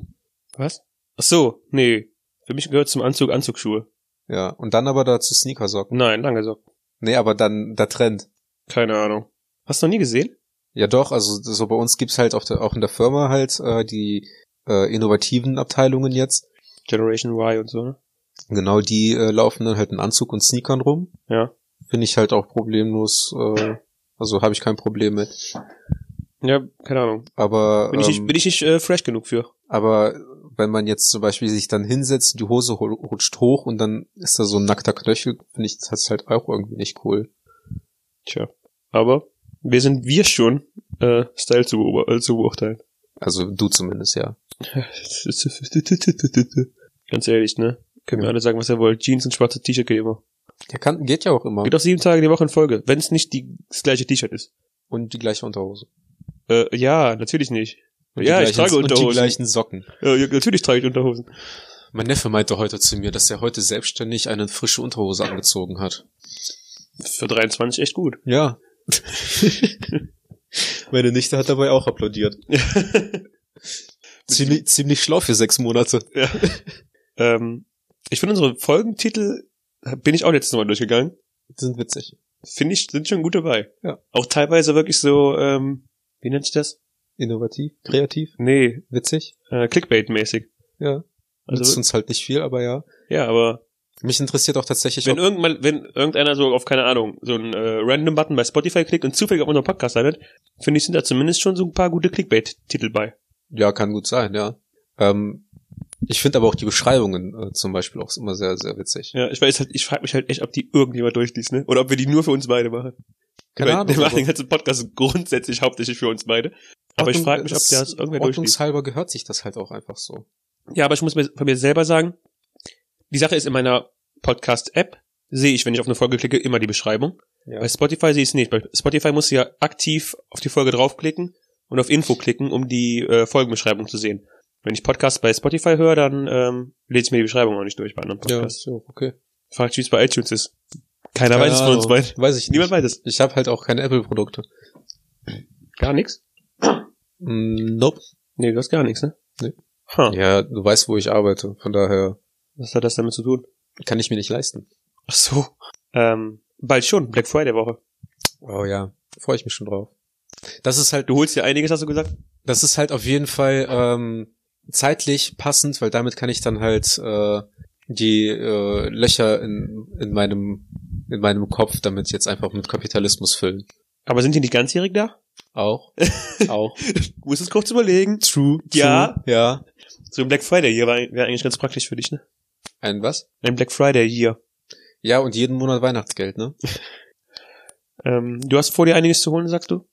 [SPEAKER 2] Was? Ach so, nee. Für mich gehört zum Anzug Anzugsschuhe.
[SPEAKER 1] Ja. Und dann aber dazu Sneakersocken.
[SPEAKER 2] Nein, lange Socken.
[SPEAKER 1] Nee, aber dann der Trend.
[SPEAKER 2] Keine Ahnung. Hast du noch nie gesehen?
[SPEAKER 1] Ja doch, also so bei uns gibt's halt auch, der, auch in der Firma halt äh, die äh, innovativen Abteilungen jetzt.
[SPEAKER 2] Generation Y und so, ne?
[SPEAKER 1] Genau die äh, laufen dann halt in Anzug und Sneakern rum.
[SPEAKER 2] Ja.
[SPEAKER 1] Finde ich halt auch problemlos, äh, also habe ich kein Problem mit.
[SPEAKER 2] Ja, keine Ahnung.
[SPEAKER 1] Aber
[SPEAKER 2] Bin ich nicht,
[SPEAKER 1] ähm,
[SPEAKER 2] bin ich nicht äh, fresh genug für.
[SPEAKER 1] Aber wenn man jetzt zum Beispiel sich dann hinsetzt, die Hose hol- rutscht hoch und dann ist da so ein nackter Knöchel, finde ich, das ist halt auch irgendwie nicht cool.
[SPEAKER 2] Tja. Aber wir sind wir schon, äh, Style zu, beob äh, zu beurteilen.
[SPEAKER 1] Also du zumindest, ja.
[SPEAKER 2] Ganz ehrlich, ne? Können wir
[SPEAKER 1] Ja.
[SPEAKER 2] alle sagen, was ihr wollt. Jeans und schwarze T-Shirt geht immer.
[SPEAKER 1] Der kann, geht ja auch immer.
[SPEAKER 2] Geht auch sieben Tage die Woche in Folge, wenn es nicht die, das gleiche T-Shirt ist.
[SPEAKER 1] Und die gleiche Unterhose.
[SPEAKER 2] Äh, ja, natürlich nicht.
[SPEAKER 1] Und
[SPEAKER 2] Ja,
[SPEAKER 1] die
[SPEAKER 2] ich
[SPEAKER 1] gleichen-
[SPEAKER 2] trage Unterhosen.
[SPEAKER 1] Und die gleichen Socken.
[SPEAKER 2] Äh, ja, natürlich trage ich Unterhosen.
[SPEAKER 1] Mein Neffe meinte heute zu mir, dass er heute selbstständig eine frische Unterhose angezogen hat.
[SPEAKER 2] Für 23 echt gut.
[SPEAKER 1] Ja. Meine Nichte hat dabei auch applaudiert. ziemlich, ziemlich schlau für sechs Monate.
[SPEAKER 2] Ja. ähm, ich finde unsere Folgentitel, bin ich auch letztes Mal durchgegangen.
[SPEAKER 1] Die sind witzig.
[SPEAKER 2] finde ich, sind schon gut dabei.
[SPEAKER 1] Ja.
[SPEAKER 2] Auch teilweise wirklich so, ähm, wie nennt sich das?
[SPEAKER 1] Innovativ, kreativ,
[SPEAKER 2] Nee,
[SPEAKER 1] witzig.
[SPEAKER 2] äh, Clickbait-mäßig.
[SPEAKER 1] Ja. Nützt
[SPEAKER 2] Also,
[SPEAKER 1] uns halt nicht viel, aber ja.
[SPEAKER 2] ja, aber
[SPEAKER 1] Mich interessiert auch tatsächlich,
[SPEAKER 2] wenn
[SPEAKER 1] ob,
[SPEAKER 2] irgendwann, wenn irgendeiner so auf, keine Ahnung, so einen äh, random Button bei Spotify klickt und zufällig auf unseren Podcast landet, finde ich, sind da zumindest schon so ein paar gute Clickbait-Titel bei.
[SPEAKER 1] ja, kann gut sein, ja. Ähm, ich finde aber auch die Beschreibungen äh, zum Beispiel auch immer sehr, sehr witzig.
[SPEAKER 2] Ja, ich weiß halt, ich frage mich halt echt, ob die irgendjemand durchliest, ne? Oder ob wir die nur für uns beide machen.
[SPEAKER 1] Keine
[SPEAKER 2] Weil
[SPEAKER 1] Ahnung,
[SPEAKER 2] Wir machen
[SPEAKER 1] aber-
[SPEAKER 2] den ganzen Podcast grundsätzlich hauptsächlich für uns beide. Aber ich
[SPEAKER 1] Ordnung-
[SPEAKER 2] frage mich, ob
[SPEAKER 1] es-
[SPEAKER 2] der das irgendwer durchliest.
[SPEAKER 1] Ordnungshalber gehört sich das halt auch einfach so.
[SPEAKER 2] Ja, aber ich muss mir von mir selber sagen, die Sache ist in meiner Podcast-App sehe ich, wenn ich auf eine Folge klicke, immer die Beschreibung.
[SPEAKER 1] Ja.
[SPEAKER 2] Bei Spotify sehe ich es nicht. Bei Spotify musst du ja aktiv auf die Folge draufklicken und auf Info klicken, um die äh, Folgenbeschreibung zu sehen. Wenn ich Podcasts bei Spotify höre, dann ähm, lese ich mir die Beschreibung auch nicht durch bei anderen
[SPEAKER 1] ja,
[SPEAKER 2] Podcasts.
[SPEAKER 1] so, okay.
[SPEAKER 2] Ja. Frag ich, wie es bei iTunes ist. Keiner weiß es von uns beiden.
[SPEAKER 1] Weiß ich
[SPEAKER 2] Niemand
[SPEAKER 1] nicht.
[SPEAKER 2] weiß es.
[SPEAKER 1] Ich habe halt auch keine Apple-Produkte.
[SPEAKER 2] Gar nichts?
[SPEAKER 1] Mm, Nope.
[SPEAKER 2] Nee, du hast gar nichts, ne?
[SPEAKER 1] Nee.
[SPEAKER 2] Ha,
[SPEAKER 1] Ja, du weißt, wo ich arbeite. Von daher
[SPEAKER 2] was hat das damit zu tun?
[SPEAKER 1] kann ich mir nicht leisten.
[SPEAKER 2] Ach so. Ähm, bald schon, Black Friday Woche.
[SPEAKER 1] Oh ja, freue ich mich schon drauf. Das ist halt,
[SPEAKER 2] Du holst dir einiges, hast du gesagt?
[SPEAKER 1] das ist halt auf jeden Fall ähm, zeitlich passend, weil damit kann ich dann halt äh, die äh, Löcher in, in meinem in meinem Kopf damit jetzt einfach mit Kapitalismus füllen.
[SPEAKER 2] Aber sind die nicht ganzjährig da?
[SPEAKER 1] Auch, auch.
[SPEAKER 2] Du musst es kurz überlegen.
[SPEAKER 1] True.
[SPEAKER 2] Ja.
[SPEAKER 1] True, ja.
[SPEAKER 2] So ein Black Friday hier wäre eigentlich ganz praktisch für dich, ne?
[SPEAKER 1] Ein was?
[SPEAKER 2] Ein Black Friday hier.
[SPEAKER 1] Ja, und jeden Monat Weihnachtsgeld, ne?
[SPEAKER 2] Ähm, du hast vor dir einiges zu holen, sagst du?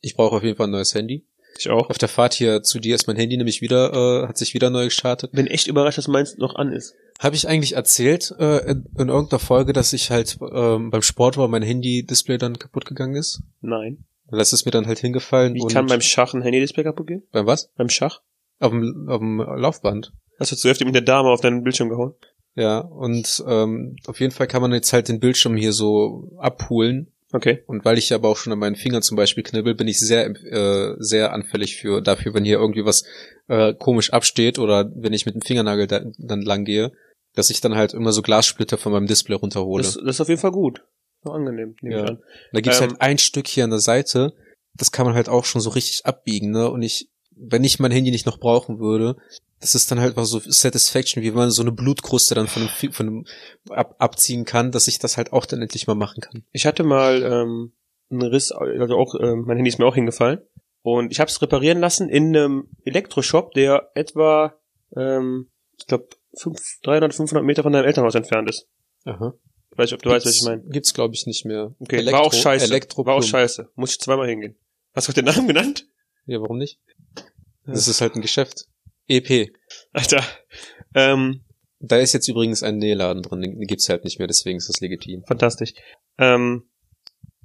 [SPEAKER 1] Ich brauche auf jeden Fall ein neues Handy.
[SPEAKER 2] Ich auch.
[SPEAKER 1] Auf der Fahrt hier zu dir ist mein Handy nämlich wieder, äh, hat sich wieder neu gestartet.
[SPEAKER 2] Bin echt überrascht, dass meins noch an ist.
[SPEAKER 1] Habe ich eigentlich erzählt äh, in, in irgendeiner Folge, dass ich halt ähm, beim Sport war, mein Handy-Display dann kaputt gegangen ist?
[SPEAKER 2] Nein.
[SPEAKER 1] Und das ist mir dann halt hingefallen.
[SPEAKER 2] Wie
[SPEAKER 1] und
[SPEAKER 2] kann beim Schach ein Handy-Display kaputt gehen?
[SPEAKER 1] beim was?
[SPEAKER 2] Beim Schach?
[SPEAKER 1] Auf dem, auf dem Laufband.
[SPEAKER 2] Hast du zu öfter mit der Dame auf deinen Bildschirm gehauen?
[SPEAKER 1] Ja, und ähm, auf jeden Fall kann man jetzt halt den Bildschirm hier so abholen.
[SPEAKER 2] Okay.
[SPEAKER 1] Und weil ich aber auch schon an meinen Fingern zum Beispiel knibbel, bin ich sehr äh, sehr anfällig für dafür, wenn hier irgendwie was äh, komisch absteht oder wenn ich mit dem Fingernagel da, dann lang gehe, dass ich dann halt immer so Glassplitter von meinem Display runterhole.
[SPEAKER 2] Das, das ist auf jeden Fall gut. War angenehm, nehme
[SPEAKER 1] Ja.
[SPEAKER 2] ich an.
[SPEAKER 1] Da gibt's
[SPEAKER 2] Ähm,
[SPEAKER 1] halt ein Stück hier an der Seite, das kann man halt auch schon so richtig abbiegen, ne? Und ich, wenn ich mein Handy nicht noch brauchen würde, das ist dann halt mal so Satisfaction, wie wenn man so eine Blutkruste dann von einem, Fi- von einem ab, abziehen kann, dass ich das halt auch dann endlich mal machen kann.
[SPEAKER 2] Ich hatte mal ähm, einen Riss, also auch ähm, mein Handy ist mir auch hingefallen und ich habe es reparieren lassen in einem Elektroshop, der etwa, ähm, ich glaube, 300, 500 Meter von deinem Elternhaus entfernt ist.
[SPEAKER 1] Aha.
[SPEAKER 2] Ich weiß nicht, ob du weißt, was ich meine.
[SPEAKER 1] Gibt's, glaube ich, nicht mehr.
[SPEAKER 2] Okay, war auch scheiße.
[SPEAKER 1] Elektro
[SPEAKER 2] War auch
[SPEAKER 1] Plum.
[SPEAKER 2] scheiße. Muss ich zweimal hingehen. Hast du auch den Namen genannt?
[SPEAKER 1] Ja, warum nicht? Das ist halt ein Geschäft. EP.
[SPEAKER 2] Alter. Ähm,
[SPEAKER 1] Da ist jetzt übrigens ein Nähladen drin, den gibt's halt nicht mehr, deswegen ist das legitim.
[SPEAKER 2] fantastisch. Ähm,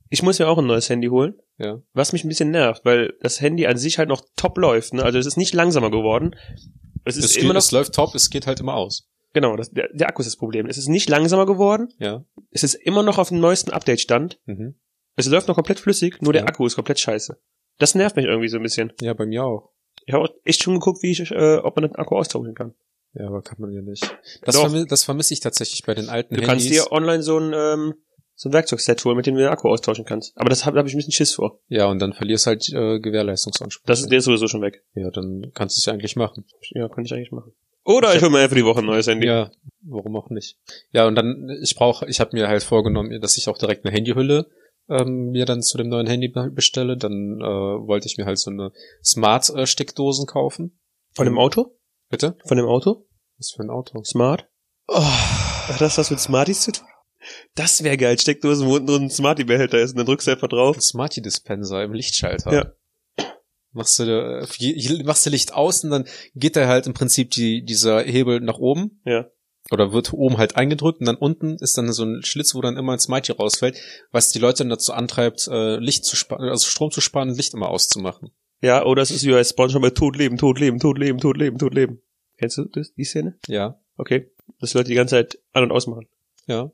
[SPEAKER 2] ich muss mir auch ein neues Handy holen.
[SPEAKER 1] Ja.
[SPEAKER 2] Was mich ein bisschen nervt, weil das Handy an sich halt noch top läuft. Ne? Also es ist nicht langsamer geworden. Es ist
[SPEAKER 1] geht-
[SPEAKER 2] immer noch
[SPEAKER 1] es läuft top, es geht halt immer aus.
[SPEAKER 2] Genau, das, der, der Akku ist das Problem. Es ist nicht langsamer geworden.
[SPEAKER 1] Ja.
[SPEAKER 2] Es ist immer noch auf dem neuesten Update-Stand.
[SPEAKER 1] Mhm.
[SPEAKER 2] Es läuft noch komplett flüssig, nur der
[SPEAKER 1] Ja.
[SPEAKER 2] Akku ist komplett scheiße. Das nervt mich irgendwie so ein bisschen.
[SPEAKER 1] Ja, bei mir auch.
[SPEAKER 2] Ich habe auch echt schon geguckt, wie ich, äh, ob man den Akku austauschen kann.
[SPEAKER 1] Ja, aber kann man ja nicht. Das,
[SPEAKER 2] Doch.
[SPEAKER 1] vermi das vermisse ich tatsächlich bei den alten
[SPEAKER 2] Du
[SPEAKER 1] Handys.
[SPEAKER 2] kannst dir online so ein, ähm, so ein Werkzeugset holen, mit dem du den Akku austauschen kannst. Aber das habe hab ich ein bisschen Schiss vor.
[SPEAKER 1] ja, und dann verlierst halt äh, Gewährleistungsanspruch.
[SPEAKER 2] Das ist, der ist sowieso schon weg.
[SPEAKER 1] ja, dann kannst du es ja eigentlich machen.
[SPEAKER 2] Ja, kann ich eigentlich machen. Oder ich hole mir einfach die Woche ein neues Handy.
[SPEAKER 1] Ja, warum auch nicht. Ja, und dann, ich brauche, ich habe mir halt vorgenommen, dass ich auch direkt eine Handyhülle ähm, mir dann zu dem neuen Handy be- bestelle. Dann äh, wollte ich mir halt so eine Smart-Steckdosen kaufen.
[SPEAKER 2] Von dem Auto?
[SPEAKER 1] Bitte?
[SPEAKER 2] Von dem Auto?
[SPEAKER 1] Was für ein Auto?
[SPEAKER 2] Smart? Oh, Hat das was mit Smarties zu tun? Das wäre geil. Steckdosen, wo unten drin ein Smartie-Behälter ist und dann drückst du einfach drauf.
[SPEAKER 1] Ein Smarty-Dispenser im Lichtschalter.
[SPEAKER 2] Ja.
[SPEAKER 1] Machst du, äh, je- machst du Licht aus und dann geht da halt im Prinzip die, dieser Hebel nach oben.
[SPEAKER 2] Ja.
[SPEAKER 1] Oder wird oben halt eingedrückt und dann unten ist dann so ein Schlitz, wo dann immer ein Smarty rausfällt, was die Leute dann dazu antreibt, äh, Licht zu sparen, also Strom zu sparen, und Licht immer auszumachen.
[SPEAKER 2] Ja, oder es ist wie bei Spongebob bei Tod leben, Tod leben, Tod leben, Tod leben, Tod leben. Kennst du das, die Szene?
[SPEAKER 1] Ja.
[SPEAKER 2] Okay. Dass Leute die ganze Zeit an- und ausmachen.
[SPEAKER 1] Ja.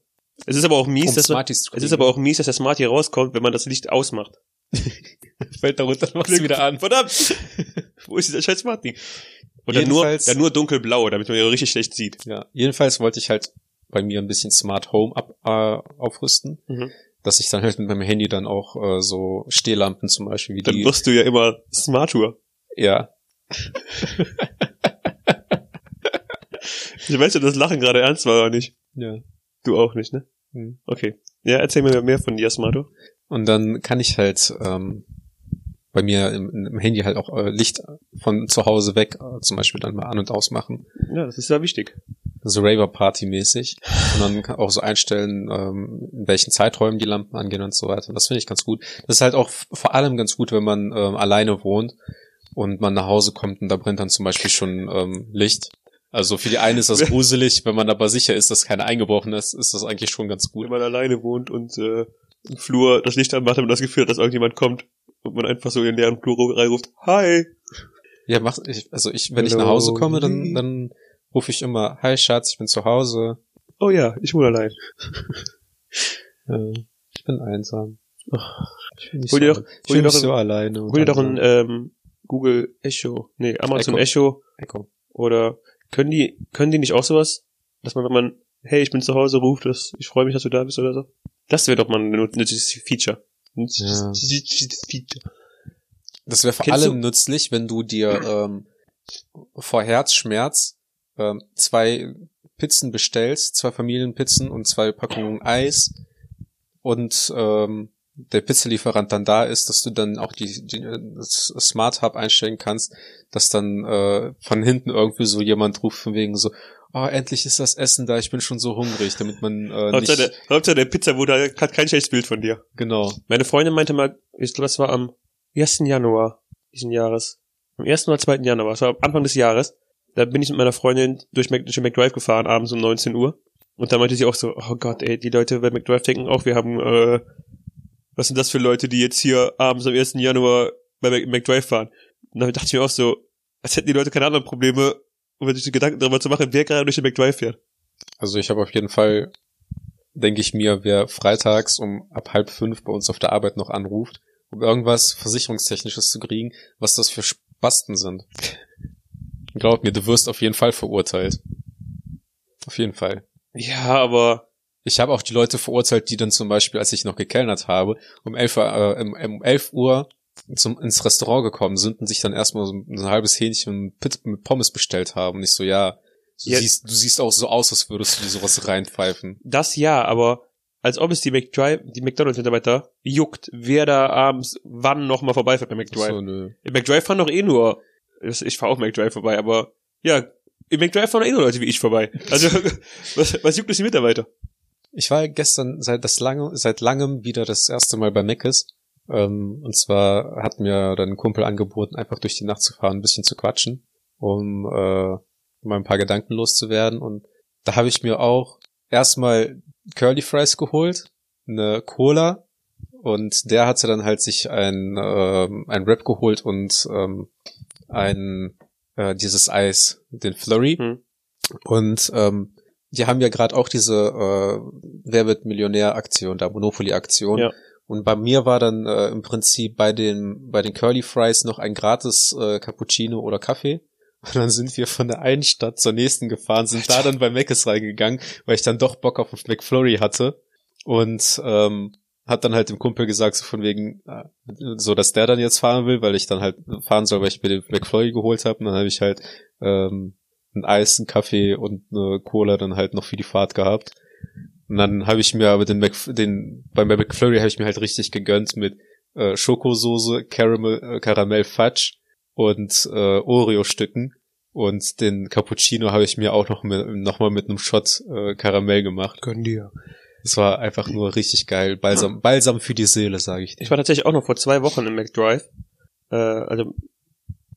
[SPEAKER 2] Es ist aber auch mies,
[SPEAKER 1] Um
[SPEAKER 2] dass man,
[SPEAKER 1] Smarties zu
[SPEAKER 2] es
[SPEAKER 1] kriegen.
[SPEAKER 2] ist aber auch mies, dass der Smart hier rauskommt, wenn man das Licht ausmacht.
[SPEAKER 1] fällt darunter, machst du wieder an.
[SPEAKER 2] Verdammt! Wo ist dieser scheiß Smarty? Und dann nur,
[SPEAKER 1] Jedenfalls-
[SPEAKER 2] dann nur dunkelblau, damit man ihn richtig schlecht sieht.
[SPEAKER 1] Ja. Jedenfalls wollte ich halt bei mir ein bisschen Smart Home ab, äh, aufrüsten,
[SPEAKER 2] Mhm.
[SPEAKER 1] dass ich dann halt mit meinem Handy dann auch äh, so Stehlampen zum Beispiel wie
[SPEAKER 2] Dann
[SPEAKER 1] die.
[SPEAKER 2] wirst du ja immer smarter.
[SPEAKER 1] Ja.
[SPEAKER 2] Ich weiß ja, das Lachen gerade ernst war oder nicht.
[SPEAKER 1] Ja.
[SPEAKER 2] Du auch nicht, ne?
[SPEAKER 1] Mhm.
[SPEAKER 2] Okay. Ja, erzähl mir mehr von dir, Smarto.
[SPEAKER 1] Und dann kann ich halt ähm, bei mir im, im Handy halt auch äh, Licht von zu Hause weg äh, zum Beispiel dann mal an- und ausmachen.
[SPEAKER 2] Ja, das ist ja wichtig.
[SPEAKER 1] So Raver-Party-mäßig. Und dann kann auch so einstellen, ähm, in welchen Zeiträumen die Lampen angehen und so weiter. Und das finde ich ganz gut. Das ist halt auch f- vor allem ganz gut, wenn man ähm, alleine wohnt und man nach Hause kommt und da brennt dann zum Beispiel schon ähm, Licht. Also für die einen ist das gruselig, wenn man aber sicher ist, dass keiner eingebrochen ist, ist das eigentlich schon ganz gut.
[SPEAKER 2] Wenn man alleine wohnt und äh, im Flur das Licht anmacht, damit man das Gefühl hat, dass irgendjemand kommt und man einfach so in den leeren Flur reinruft, hi.
[SPEAKER 1] Ja, mach, ich, also ich, wenn ich nach Hause komme, dann, dann rufe ich immer, hi Schatz, ich bin zu Hause.
[SPEAKER 2] Oh ja, ich wohne allein.
[SPEAKER 1] Äh, ich bin einsam. Ich bin nicht,
[SPEAKER 2] Hol dir
[SPEAKER 1] so,
[SPEAKER 2] doch-
[SPEAKER 1] ich
[SPEAKER 2] hol
[SPEAKER 1] bin
[SPEAKER 2] dir doch
[SPEAKER 1] nicht so
[SPEAKER 2] ein-
[SPEAKER 1] alleine. und
[SPEAKER 2] Hol dir doch ein
[SPEAKER 1] einsam.
[SPEAKER 2] ähm, Google Echo, nee, Amazon
[SPEAKER 1] Echo.
[SPEAKER 2] Echo
[SPEAKER 1] Echo.
[SPEAKER 2] oder können die, können die nicht auch sowas, dass man, wenn man, hey, ich bin zu Hause, ruft das, ich freue mich, dass du da bist oder so. Das wäre doch mal ein nut- nützliches Feature.
[SPEAKER 1] Ja.
[SPEAKER 2] Nützliches Feature.
[SPEAKER 1] Das wäre vor
[SPEAKER 2] Kennst
[SPEAKER 1] allem nützlich, wenn du dir ähm, vor Herzschmerz ähm, zwei Pizzen bestellst, zwei Familienpizzen und zwei Packungen Eis und ähm, der Pizzalieferant dann da ist, dass du dann auch die, die das Smart Hub einstellen kannst, dass dann äh, von hinten irgendwie so jemand ruft von wegen so, oh, endlich ist das Essen da, ich bin schon so hungrig, damit man äh,
[SPEAKER 2] Hauptsache, der,
[SPEAKER 1] nicht,
[SPEAKER 2] Hauptsache der Pizza wurde, hat kein schlechtes Bild von dir.
[SPEAKER 1] genau,
[SPEAKER 2] Meine Freundin meinte mal, ich glaube, das war am 1. Januar diesen Jahres. Am 1. oder 2. Januar, das war am Anfang des Jahres. Da bin ich mit meiner Freundin durch Mac, durch den McDrive gefahren, abends um 19 Uhr. Und da meinte sie auch so, oh Gott, ey, die Leute bei McDrive denken auch, wir haben, äh, was sind das für Leute, die jetzt hier abends am 1. Januar bei Mac, McDrive fahren? Und da dachte ich mir auch so, als hätten die Leute keine anderen Probleme, um sich die Gedanken darüber zu machen, wer gerade durch den McDrive fährt.
[SPEAKER 1] Also ich habe auf jeden Fall, denke ich mir, wer freitags um ab halb fünf bei uns auf der Arbeit noch anruft, um irgendwas Versicherungstechnisches zu kriegen, was das für Spasten sind. Glaub mir, du wirst auf jeden Fall verurteilt. Auf jeden Fall.
[SPEAKER 2] Ja, aber
[SPEAKER 1] Ich habe auch die Leute verurteilt, die dann zum Beispiel, als ich noch gekellnert habe, um 11, Uhr, äh, um, um 11 Uhr zum, ins Restaurant gekommen sind und sich dann erstmal so ein, so ein halbes Hähnchen mit Pit- mit Pommes bestellt haben. Und ich so, ja, du,
[SPEAKER 2] Ja.
[SPEAKER 1] Siehst, du siehst auch so aus, als würdest du dir sowas reinpfeifen.
[SPEAKER 2] Das ja, aber als ob es die McDrive, die McDonalds-Mitarbeiter juckt, wer da abends wann nochmal vorbeifährt bei McDrive.
[SPEAKER 1] So, nö.
[SPEAKER 2] Im McDrive fahren doch eh nur, ich ich fahr auch McDrive vorbei, aber ja, im McDrive fahren doch eh nur Leute wie ich vorbei. Also, was, was juckt es die Mitarbeiter?
[SPEAKER 1] Ich war gestern seit das lange, seit langem wieder das erste Mal bei Meckes. Ähm, und zwar hat mir dann ein Kumpel angeboten, einfach durch die Nacht zu fahren, ein bisschen zu quatschen, um äh, mal ein paar Gedanken loszuwerden. Und da habe ich mir auch erstmal Curly Fries geholt, eine Cola und der hatte dann halt sich ein, ähm, ein Wrap geholt und ähm, ein äh, dieses Eis, den Flurry.
[SPEAKER 2] Hm.
[SPEAKER 1] Und ähm, die haben ja gerade auch diese äh, Wer wird Millionär-Aktion, da Monopoly-Aktion.
[SPEAKER 2] Ja.
[SPEAKER 1] Und bei mir war dann äh, im Prinzip bei den, bei den Curly Fries noch ein gratis äh, Cappuccino oder Kaffee. Und dann sind wir von der einen Stadt zur nächsten gefahren, sind da dann bei Mc's reingegangen, weil ich dann doch Bock auf McFlurry hatte. Und ähm, hat dann halt dem Kumpel gesagt, so von wegen, äh, so dass der dann jetzt fahren will, weil ich dann halt fahren soll, weil ich mir den McFlurry geholt habe. Und dann habe ich halt ähm, ein Eis, einen Kaffee und eine Cola dann halt noch für die Fahrt gehabt. Und dann habe ich mir aber den, Mc, den beim McFlurry habe ich mir halt richtig gegönnt mit äh, Schokosoße, Caramel, äh, Karamell Fudge und äh, Oreo-Stücken. Und den Cappuccino habe ich mir auch noch, mit, noch mal mit einem Shot äh, Karamell gemacht.
[SPEAKER 2] Gönn dir.
[SPEAKER 1] Es war einfach nur richtig geil. Balsam, Balsam für die Seele, sage ich dir.
[SPEAKER 2] Ich war tatsächlich auch noch vor zwei Wochen im McDrive. Äh, also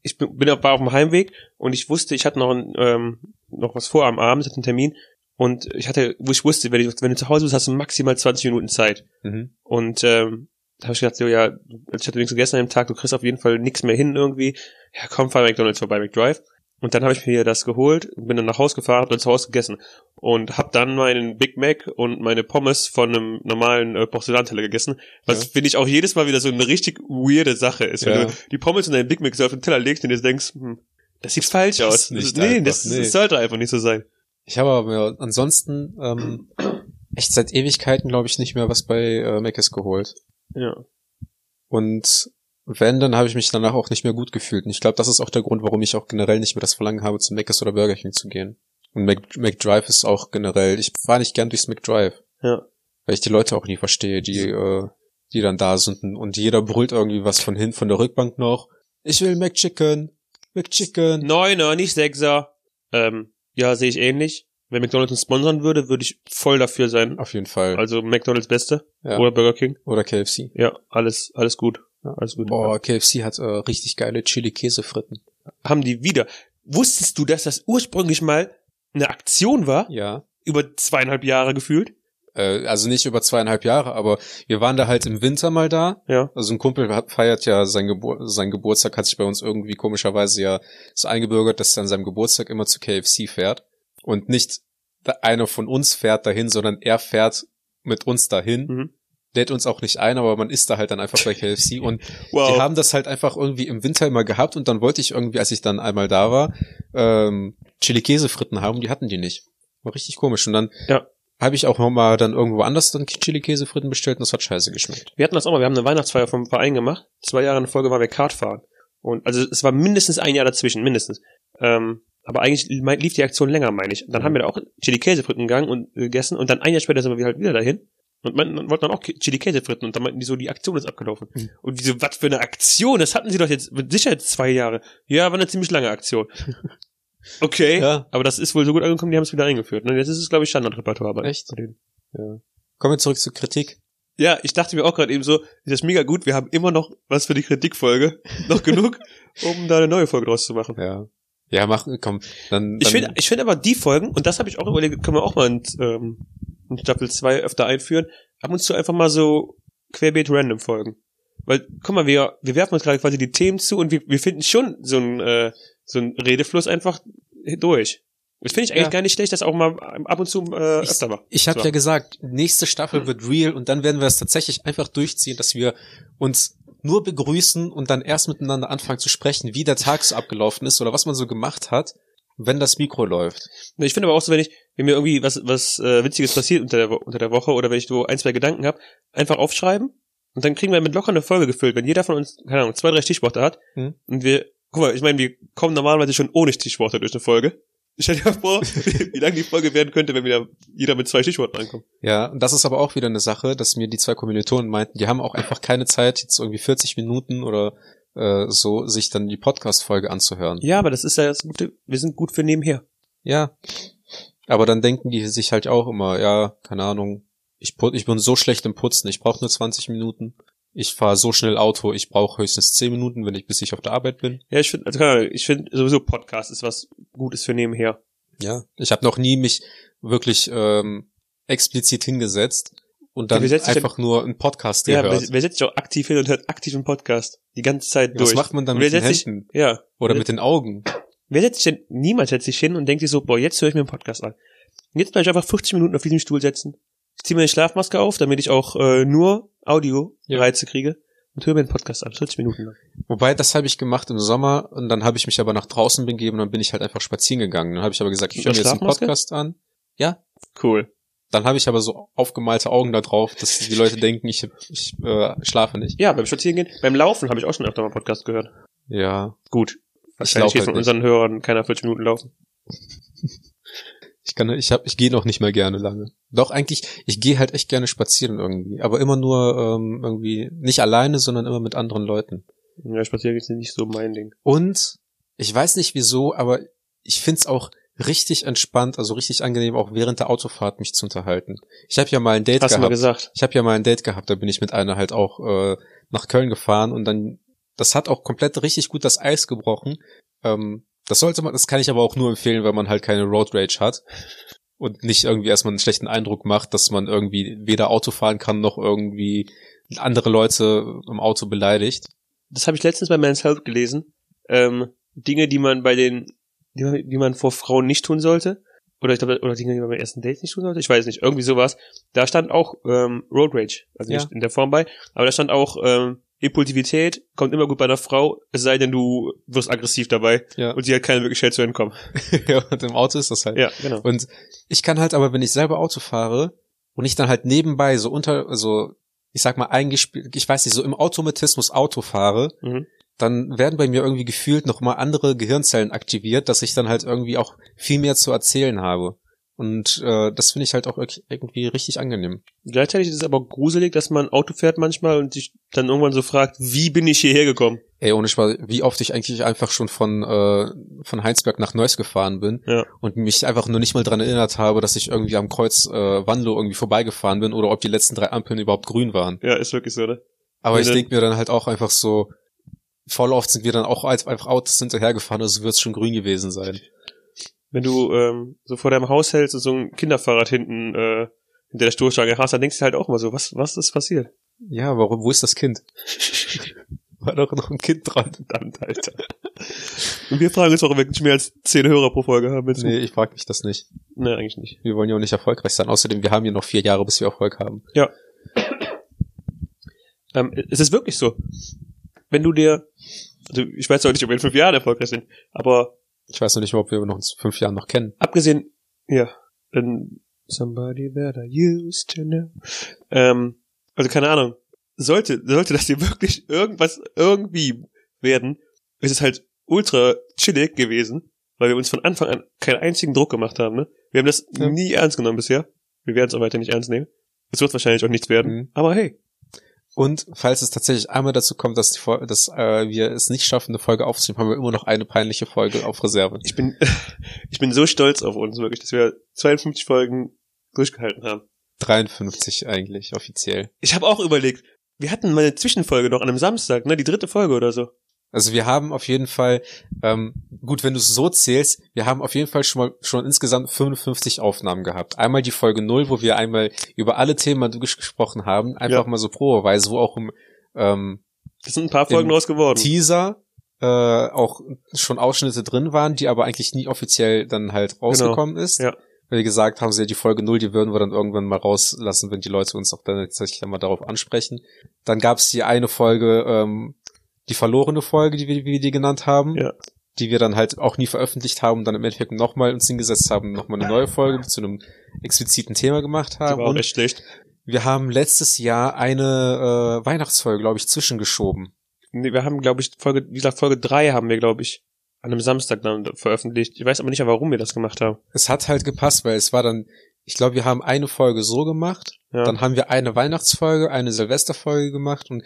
[SPEAKER 2] ich bin, bin auf- war auf dem Heimweg und ich wusste, ich hatte noch, ein, ähm, noch was vor am Abend, hatte einen Termin und ich hatte, wo ich wusste, wenn, ich, wenn du zu Hause bist, hast du maximal 20 Minuten Zeit.
[SPEAKER 1] Mhm.
[SPEAKER 2] Und ähm, da habe ich gedacht, so, ja, ich hatte nichts gegessen an dem Tag, du kriegst auf jeden Fall nichts mehr hin irgendwie. Ja, komm, fahr McDonalds vorbei, McDrive. Und dann habe ich mir das geholt, bin dann nach Hause gefahren, hab dann zu Hause gegessen und habe dann meinen Big Mac und meine Pommes von einem normalen äh, Porzellanteller gegessen, was
[SPEAKER 1] Ja.
[SPEAKER 2] finde ich auch jedes Mal wieder so eine richtig weirde Sache ist, wenn
[SPEAKER 1] Ja.
[SPEAKER 2] du die Pommes und deinen Big Mac so auf den Teller legst und dir denkst, hm, das sieht falsch
[SPEAKER 1] passt
[SPEAKER 2] aus.
[SPEAKER 1] nicht
[SPEAKER 2] nee,
[SPEAKER 1] einfach,
[SPEAKER 2] das,
[SPEAKER 1] nee.
[SPEAKER 2] das sollte einfach nicht so sein.
[SPEAKER 1] Ich habe aber ansonsten ähm, echt seit Ewigkeiten, glaube ich, nicht mehr was bei äh, Mc's geholt.
[SPEAKER 2] Ja.
[SPEAKER 1] Und wenn, dann habe ich mich danach auch nicht mehr gut gefühlt. Und ich glaube, das ist auch der Grund, warum ich auch generell nicht mehr das Verlangen habe, zu Mc's oder Burger King zu gehen. Und Mc, McDrive ist auch generell, ich fahre nicht gern durchs McDrive.
[SPEAKER 2] Ja.
[SPEAKER 1] Weil ich die Leute auch nie verstehe, die, äh, die dann da sind. Und jeder brüllt irgendwie was von hin, von der Rückbank noch. Ich will McChicken, McChicken.
[SPEAKER 2] Neuner, nicht Sechser. Ähm, ja, sehe ich ähnlich. Wenn McDonalds uns sponsern würde, würde ich voll dafür sein.
[SPEAKER 1] Auf jeden Fall.
[SPEAKER 2] Also McDonalds Beste
[SPEAKER 1] Ja.
[SPEAKER 2] oder Burger King.
[SPEAKER 1] Oder KFC.
[SPEAKER 2] Ja, alles, alles gut.
[SPEAKER 1] Ja.
[SPEAKER 2] Alles gut.
[SPEAKER 1] Boah, KFC hat äh, richtig geile Chili-Käsefritten.
[SPEAKER 2] Haben die wieder. Wusstest du, dass das ursprünglich mal eine Aktion war?
[SPEAKER 1] Ja.
[SPEAKER 2] Über zweieinhalb Jahre gefühlt?
[SPEAKER 1] Äh, also nicht über zweieinhalb Jahre, aber wir waren da halt im Winter mal da.
[SPEAKER 2] Ja.
[SPEAKER 1] Also ein Kumpel hat, feiert ja sein Gebur seinen Geburtstag, hat sich bei uns irgendwie komischerweise ja so eingebürgert, dass er an seinem Geburtstag immer zu KFC fährt. Und nicht da- einer von uns fährt dahin, sondern er fährt mit uns dahin.
[SPEAKER 2] Mhm.
[SPEAKER 1] Lädt uns auch nicht ein, aber man ist da halt dann einfach bei KFC und die haben das halt einfach irgendwie im Winter immer gehabt und dann wollte ich irgendwie, als ich dann einmal da war, ähm, Chili-Käse-Fritten haben, die hatten die nicht. War richtig komisch. Und dann
[SPEAKER 2] Ja.
[SPEAKER 1] habe ich auch nochmal dann irgendwo anders dann Chili-Käse-Fritten bestellt und das hat scheiße geschmeckt.
[SPEAKER 2] Wir hatten das auch mal, wir haben eine Weihnachtsfeier vom Verein gemacht. Zwei Jahre in Folge waren wir Kartfahren. Und also es war mindestens ein Jahr dazwischen, mindestens. Ähm, aber eigentlich li- lief die Aktion länger, meine ich. Dann haben wir da auch Chili-Käsefritten gegangen und äh, gegessen und dann ein Jahr später sind wir halt wieder dahin und meinten, wollten dann auch Ki- Chili-Käsefritten und dann meinten die so, die Aktion ist abgelaufen.
[SPEAKER 1] Mhm.
[SPEAKER 2] Und diese, was für eine Aktion? Das hatten sie doch jetzt mit Sicherheit zwei Jahre. Ja, war eine ziemlich lange Aktion. Okay.
[SPEAKER 1] Ja.
[SPEAKER 2] Aber das ist wohl so gut angekommen, die haben es wieder eingeführt. Ne? Jetzt ist es, glaube ich, Standardrepertoire. bei-
[SPEAKER 1] Echt?
[SPEAKER 2] bei denen.
[SPEAKER 1] Kommen wir zurück zur Kritik.
[SPEAKER 2] Ja, ich dachte mir auch gerade eben so, das ist mega gut, wir haben immer noch was für die Kritikfolge, noch genug, um da eine neue Folge draus zu machen.
[SPEAKER 1] Ja. Ja, mach, komm, dann, dann
[SPEAKER 2] Ich finde ich find aber die Folgen, und das habe ich auch überlegt, können wir auch mal in, ähm, in Staffel 2 öfter einführen, ab und zu einfach mal so querbeet random Folgen. Weil, guck mal, wir, wir werfen uns gerade quasi die Themen zu und wir, wir finden schon so einen äh, so einen Redefluss einfach durch. Das finde ich eigentlich
[SPEAKER 1] Ja.
[SPEAKER 2] gar nicht schlecht, das auch mal ab und zu äh,
[SPEAKER 1] Ich-
[SPEAKER 2] öfter mal.
[SPEAKER 1] ich habe
[SPEAKER 2] So.
[SPEAKER 1] ja gesagt, nächste Staffel wird real und dann werden wir es tatsächlich einfach durchziehen, dass wir uns nur begrüßen und dann erst miteinander anfangen zu sprechen, wie der Tag so abgelaufen ist oder was man so gemacht hat, wenn das Mikro läuft.
[SPEAKER 2] Ne, Ich finde aber auch so, wenn ich, wenn mir irgendwie was, was äh, Witziges passiert unter der, Wo- unter der Woche oder wenn ich so ein, zwei Gedanken habe, einfach aufschreiben und dann kriegen wir mit locker eine Folge gefüllt, wenn jeder von uns, keine Ahnung, zwei, drei Stichworte hat
[SPEAKER 1] Mhm.
[SPEAKER 2] und wir, guck mal, ich meine, wir kommen normalerweise schon ohne Stichworte durch eine Folge. Stell dir mal vor, wie lange die Folge werden könnte, wenn wir da jeder mit zwei Stichworten ankommt.
[SPEAKER 1] Ja, und das ist aber auch wieder eine Sache, dass mir die zwei Kommilitonen meinten, die haben auch einfach keine Zeit, jetzt irgendwie 40 Minuten oder äh, so, sich dann die Podcast-Folge anzuhören.
[SPEAKER 2] Ja, aber das ist ja das Gute, wir sind gut für nebenher.
[SPEAKER 1] Ja. Aber dann denken die sich halt auch immer, ja, keine Ahnung, ich, put, ich bin so schlecht im Putzen, ich brauche nur 20 Minuten. Ich fahre so schnell Auto, ich brauche höchstens 10 Minuten, wenn ich bis ich auf der Arbeit bin.
[SPEAKER 2] Ja, ich finde, also keine Ahnung, ich finde sowieso Podcast ist was Gutes für nebenher.
[SPEAKER 1] Ja. Ich habe noch nie mich wirklich ähm, explizit hingesetzt und dann
[SPEAKER 2] wir setzen sich
[SPEAKER 1] einfach nur einen Podcast
[SPEAKER 2] Ja,
[SPEAKER 1] gehört.
[SPEAKER 2] wer, wer setzt sich auch aktiv hin und hört aktiv einen Podcast die ganze Zeit durch?
[SPEAKER 1] Was macht man dann
[SPEAKER 2] Und wer
[SPEAKER 1] mit den
[SPEAKER 2] setzt sich-
[SPEAKER 1] Händen
[SPEAKER 2] Ja.
[SPEAKER 1] oder mit den Augen?
[SPEAKER 2] Wer setzt sich denn, niemand setzt sich hin und denkt sich so, boah, jetzt höre ich mir einen Podcast an. Und jetzt bleib ich einfach 40 Minuten auf diesem Stuhl setzen. Ich ziehe mir eine Schlafmaske auf, damit ich auch äh, nur Audio-Reize kriege und höre mir einen Podcast an. 40 Minuten lang.
[SPEAKER 1] Wobei, das habe ich gemacht im Sommer und dann habe ich mich aber nach draußen begeben und dann bin ich halt einfach spazieren gegangen. Dann habe ich aber gesagt, ich höre mir jetzt einen
[SPEAKER 2] Schlafmaske?
[SPEAKER 1] Podcast an.
[SPEAKER 2] Cool.
[SPEAKER 1] Dann habe ich aber so aufgemalte Augen da drauf, dass die Leute denken, ich, ich äh, schlafe nicht.
[SPEAKER 2] Ja, beim Spazierengehen, beim Laufen habe ich auch schon öfter mal einen Podcast gehört.
[SPEAKER 1] Ja,
[SPEAKER 2] Gut.
[SPEAKER 1] Ich lauf
[SPEAKER 2] Wahrscheinlich geht
[SPEAKER 1] halt
[SPEAKER 2] von
[SPEAKER 1] nicht.
[SPEAKER 2] unseren Hörern keiner 40 Minuten laufen.
[SPEAKER 1] ich kann, ich hab, ich gehe noch nicht mehr gerne lange. Doch eigentlich, ich gehe halt echt gerne spazieren irgendwie, aber immer nur ähm, irgendwie nicht alleine, sondern immer mit anderen Leuten.
[SPEAKER 2] Ja, Spazierengehen ist nicht so mein Ding.
[SPEAKER 1] Und ich weiß nicht wieso, aber ich find's auch richtig entspannt, also richtig angenehm, auch während der Autofahrt mich zu unterhalten. Ich habe ja mal ein Date
[SPEAKER 2] Hast du mal
[SPEAKER 1] gehabt.
[SPEAKER 2] gesagt.
[SPEAKER 1] Ich habe ja mal ein Date gehabt, da bin ich mit einer halt auch äh, nach Köln gefahren und dann, das hat auch komplett richtig gut das Eis gebrochen. Ähm, das sollte man, das kann ich aber auch nur empfehlen, wenn man halt keine Road Rage hat und nicht irgendwie erstmal einen schlechten Eindruck macht, dass man irgendwie weder Auto fahren kann noch irgendwie andere Leute im Auto beleidigt.
[SPEAKER 2] das habe ich letztens bei Men's Health gelesen, ähm, Dinge, die man bei den, die man, die man vor Frauen nicht tun sollte. Oder ich glaube, oder Dinge, die man beim ersten Date nicht tun sollte. Ich weiß nicht, irgendwie sowas. Da stand auch ähm, Road Rage, also
[SPEAKER 1] Ja.
[SPEAKER 2] nicht in der Form bei, aber da stand auch ähm, Impulsivität kommt immer gut bei einer Frau, es sei denn, du wirst aggressiv dabei
[SPEAKER 1] Ja.
[SPEAKER 2] und sie hat keine Möglichkeit zu entkommen.
[SPEAKER 1] ja, und im Auto ist das halt.
[SPEAKER 2] Ja, genau.
[SPEAKER 1] Und ich kann halt aber, wenn ich selber Auto fahre und ich dann halt nebenbei so unter, so, ich sag mal, eingespielt, ich weiß nicht, so im Automatismus Auto fahre,
[SPEAKER 2] Mhm.
[SPEAKER 1] dann werden bei mir irgendwie gefühlt nochmal andere Gehirnzellen aktiviert, dass ich dann halt irgendwie auch viel mehr zu erzählen habe. Und äh, das finde ich halt auch irg- irgendwie richtig angenehm.
[SPEAKER 2] Gleichzeitig ist es aber gruselig, dass man Auto fährt manchmal und sich dann irgendwann so fragt, wie bin ich hierher gekommen?
[SPEAKER 1] Ey, ohne Spaß, wie oft ich eigentlich einfach schon von, äh, von Heinsberg nach Neuss gefahren bin
[SPEAKER 2] Ja.
[SPEAKER 1] und mich einfach nur nicht mal dran erinnert habe, dass ich irgendwie am Kreuz äh, Wanlo irgendwie vorbeigefahren bin oder ob die letzten drei Ampeln überhaupt grün waren.
[SPEAKER 2] Ja, ist wirklich so, ne?
[SPEAKER 1] Aber
[SPEAKER 2] Ja,
[SPEAKER 1] ich
[SPEAKER 2] dann-
[SPEAKER 1] denke mir dann halt auch einfach so, voll oft sind wir dann auch als- einfach Autos hinterhergefahren, also wird es schon grün gewesen sein.
[SPEAKER 2] wenn du ähm, so vor deinem Haus hältst und so ein Kinderfahrrad hinten äh, hinter der Stoßstange hast, dann denkst du halt auch immer so, was, was ist passiert?
[SPEAKER 1] Ja, warum, wo ist das Kind? War doch noch ein Kind dran.
[SPEAKER 2] Verdammt, Alter. Und wir fragen uns, warum wir nicht mehr als zehn Hörer pro Folge haben. Jetzt.
[SPEAKER 1] Nee, ich frag mich das nicht.
[SPEAKER 2] Nein, eigentlich nicht.
[SPEAKER 1] Wir wollen ja auch nicht erfolgreich sein. Außerdem, wir haben ja noch vier Jahre, bis wir Erfolg haben.
[SPEAKER 2] Ähm, es ist wirklich so. Wenn du dir, also ich weiß auch nicht, ob wir in fünf Jahren erfolgreich sind, aber
[SPEAKER 1] Ich weiß noch nicht mal, ob wir uns in fünf Jahren noch kennen.
[SPEAKER 2] abgesehen, ja, dann somebody that I used to know. Ähm, also keine Ahnung. Sollte, sollte das hier wirklich irgendwas irgendwie werden, ist es halt ultra chillig gewesen, weil wir uns von Anfang an keinen einzigen Druck gemacht haben. Ne? Wir haben das
[SPEAKER 1] Ja.
[SPEAKER 2] nie ernst genommen bisher. Wir werden es auch weiter nicht ernst nehmen. Es wird wahrscheinlich auch nichts werden.
[SPEAKER 1] Mhm.
[SPEAKER 2] Aber hey,
[SPEAKER 1] Und falls es tatsächlich einmal dazu kommt, dass, die Fol dass äh, wir es nicht schaffen, eine Folge aufzunehmen, haben wir immer noch eine peinliche Folge auf Reserve.
[SPEAKER 2] ich bin, ich bin so stolz auf uns wirklich, dass wir 52 Folgen durchgehalten haben.
[SPEAKER 1] 53 eigentlich, offiziell.
[SPEAKER 2] Ich habe auch überlegt, wir hatten mal eine Zwischenfolge noch an einem Samstag, ne? Die dritte Folge oder so.
[SPEAKER 1] Also wir haben auf jeden Fall, ähm, gut, wenn du es so zählst, wir haben auf jeden Fall schon mal schon insgesamt 55 Aufnahmen gehabt. Einmal die Folge null, wo wir einmal über alle Themen die wir gesprochen haben, einfach
[SPEAKER 2] Ja.
[SPEAKER 1] mal so probeweise, wo auch im ähm,
[SPEAKER 2] Das sind ein paar Folgen
[SPEAKER 1] Im
[SPEAKER 2] raus geworden.
[SPEAKER 1] Teaser äh, auch schon Ausschnitte drin waren, die aber eigentlich nie offiziell dann halt rausgekommen ist.
[SPEAKER 2] Genau. Ja.
[SPEAKER 1] Weil wir gesagt haben, sie ja die Folge null, die würden wir dann irgendwann mal rauslassen, wenn die Leute uns auch dann tatsächlich einmal darauf ansprechen. Dann gab's die eine Folge, ähm, die verlorene Folge, die wir, wie wir die genannt haben,
[SPEAKER 2] Ja.
[SPEAKER 1] die wir dann halt auch nie veröffentlicht haben und dann im Endeffekt nochmal uns hingesetzt haben, nochmal eine neue Folge zu einem expliziten Thema gemacht
[SPEAKER 2] Die
[SPEAKER 1] haben.
[SPEAKER 2] war auch
[SPEAKER 1] Und
[SPEAKER 2] echt schlecht.
[SPEAKER 1] wir haben letztes Jahr eine äh, Weihnachtsfolge, glaube ich, zwischengeschoben.
[SPEAKER 2] Nee, wir haben, glaube ich, Folge, wie gesagt, Folge drei haben wir, glaube ich, an einem Samstag dann veröffentlicht. Ich weiß aber nicht, warum wir das gemacht haben.
[SPEAKER 1] Es hat halt gepasst, weil es war dann, ich glaube, wir haben eine Folge so gemacht
[SPEAKER 2] Ja.
[SPEAKER 1] Dann haben wir eine Weihnachtsfolge, eine Silvesterfolge gemacht und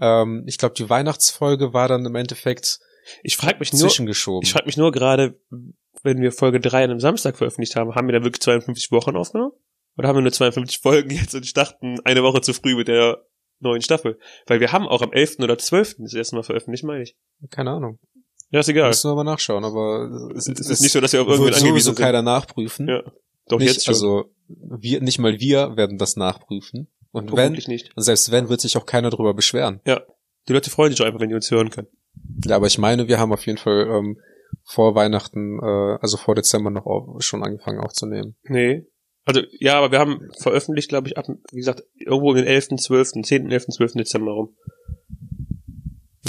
[SPEAKER 1] ähm, ich glaube, die Weihnachtsfolge war dann im Endeffekt
[SPEAKER 2] ich frage mich nur,
[SPEAKER 1] zwischengeschoben.
[SPEAKER 2] ich frage mich nur gerade, wenn wir Folge drei an einem Samstag veröffentlicht haben, haben wir da wirklich 52 Wochen aufgenommen? Oder haben wir nur 52 Folgen jetzt und starten eine Woche zu früh mit der neuen Staffel? Weil wir haben auch am 11. oder 12. das erste Mal veröffentlicht, meine ich.
[SPEAKER 1] Keine Ahnung.
[SPEAKER 2] Ja, ist egal.
[SPEAKER 1] Müssen wir mal nachschauen, aber
[SPEAKER 2] Es ist, nicht so, dass wir auf irgendwen
[SPEAKER 1] wird sowieso
[SPEAKER 2] angewiesen sind.
[SPEAKER 1] keiner nachprüfen.
[SPEAKER 2] Ja, Doch
[SPEAKER 1] nicht,
[SPEAKER 2] jetzt schon.
[SPEAKER 1] Also wir, nicht mal wir werden das nachprüfen. Und wenn,
[SPEAKER 2] Vermutlich nicht.
[SPEAKER 1] und selbst wenn, wird sich auch keiner darüber beschweren.
[SPEAKER 2] Die Leute freuen sich auch einfach, wenn die uns hören können.
[SPEAKER 1] Ja, aber ich meine, wir haben auf jeden Fall ähm, vor Weihnachten, äh, also vor Dezember noch auf, schon angefangen aufzunehmen.
[SPEAKER 2] Nee. Also, ja, aber wir haben veröffentlicht, glaube ich, ab, wie gesagt, irgendwo um den 11., 12., 10., 11., 12. Dezember rum.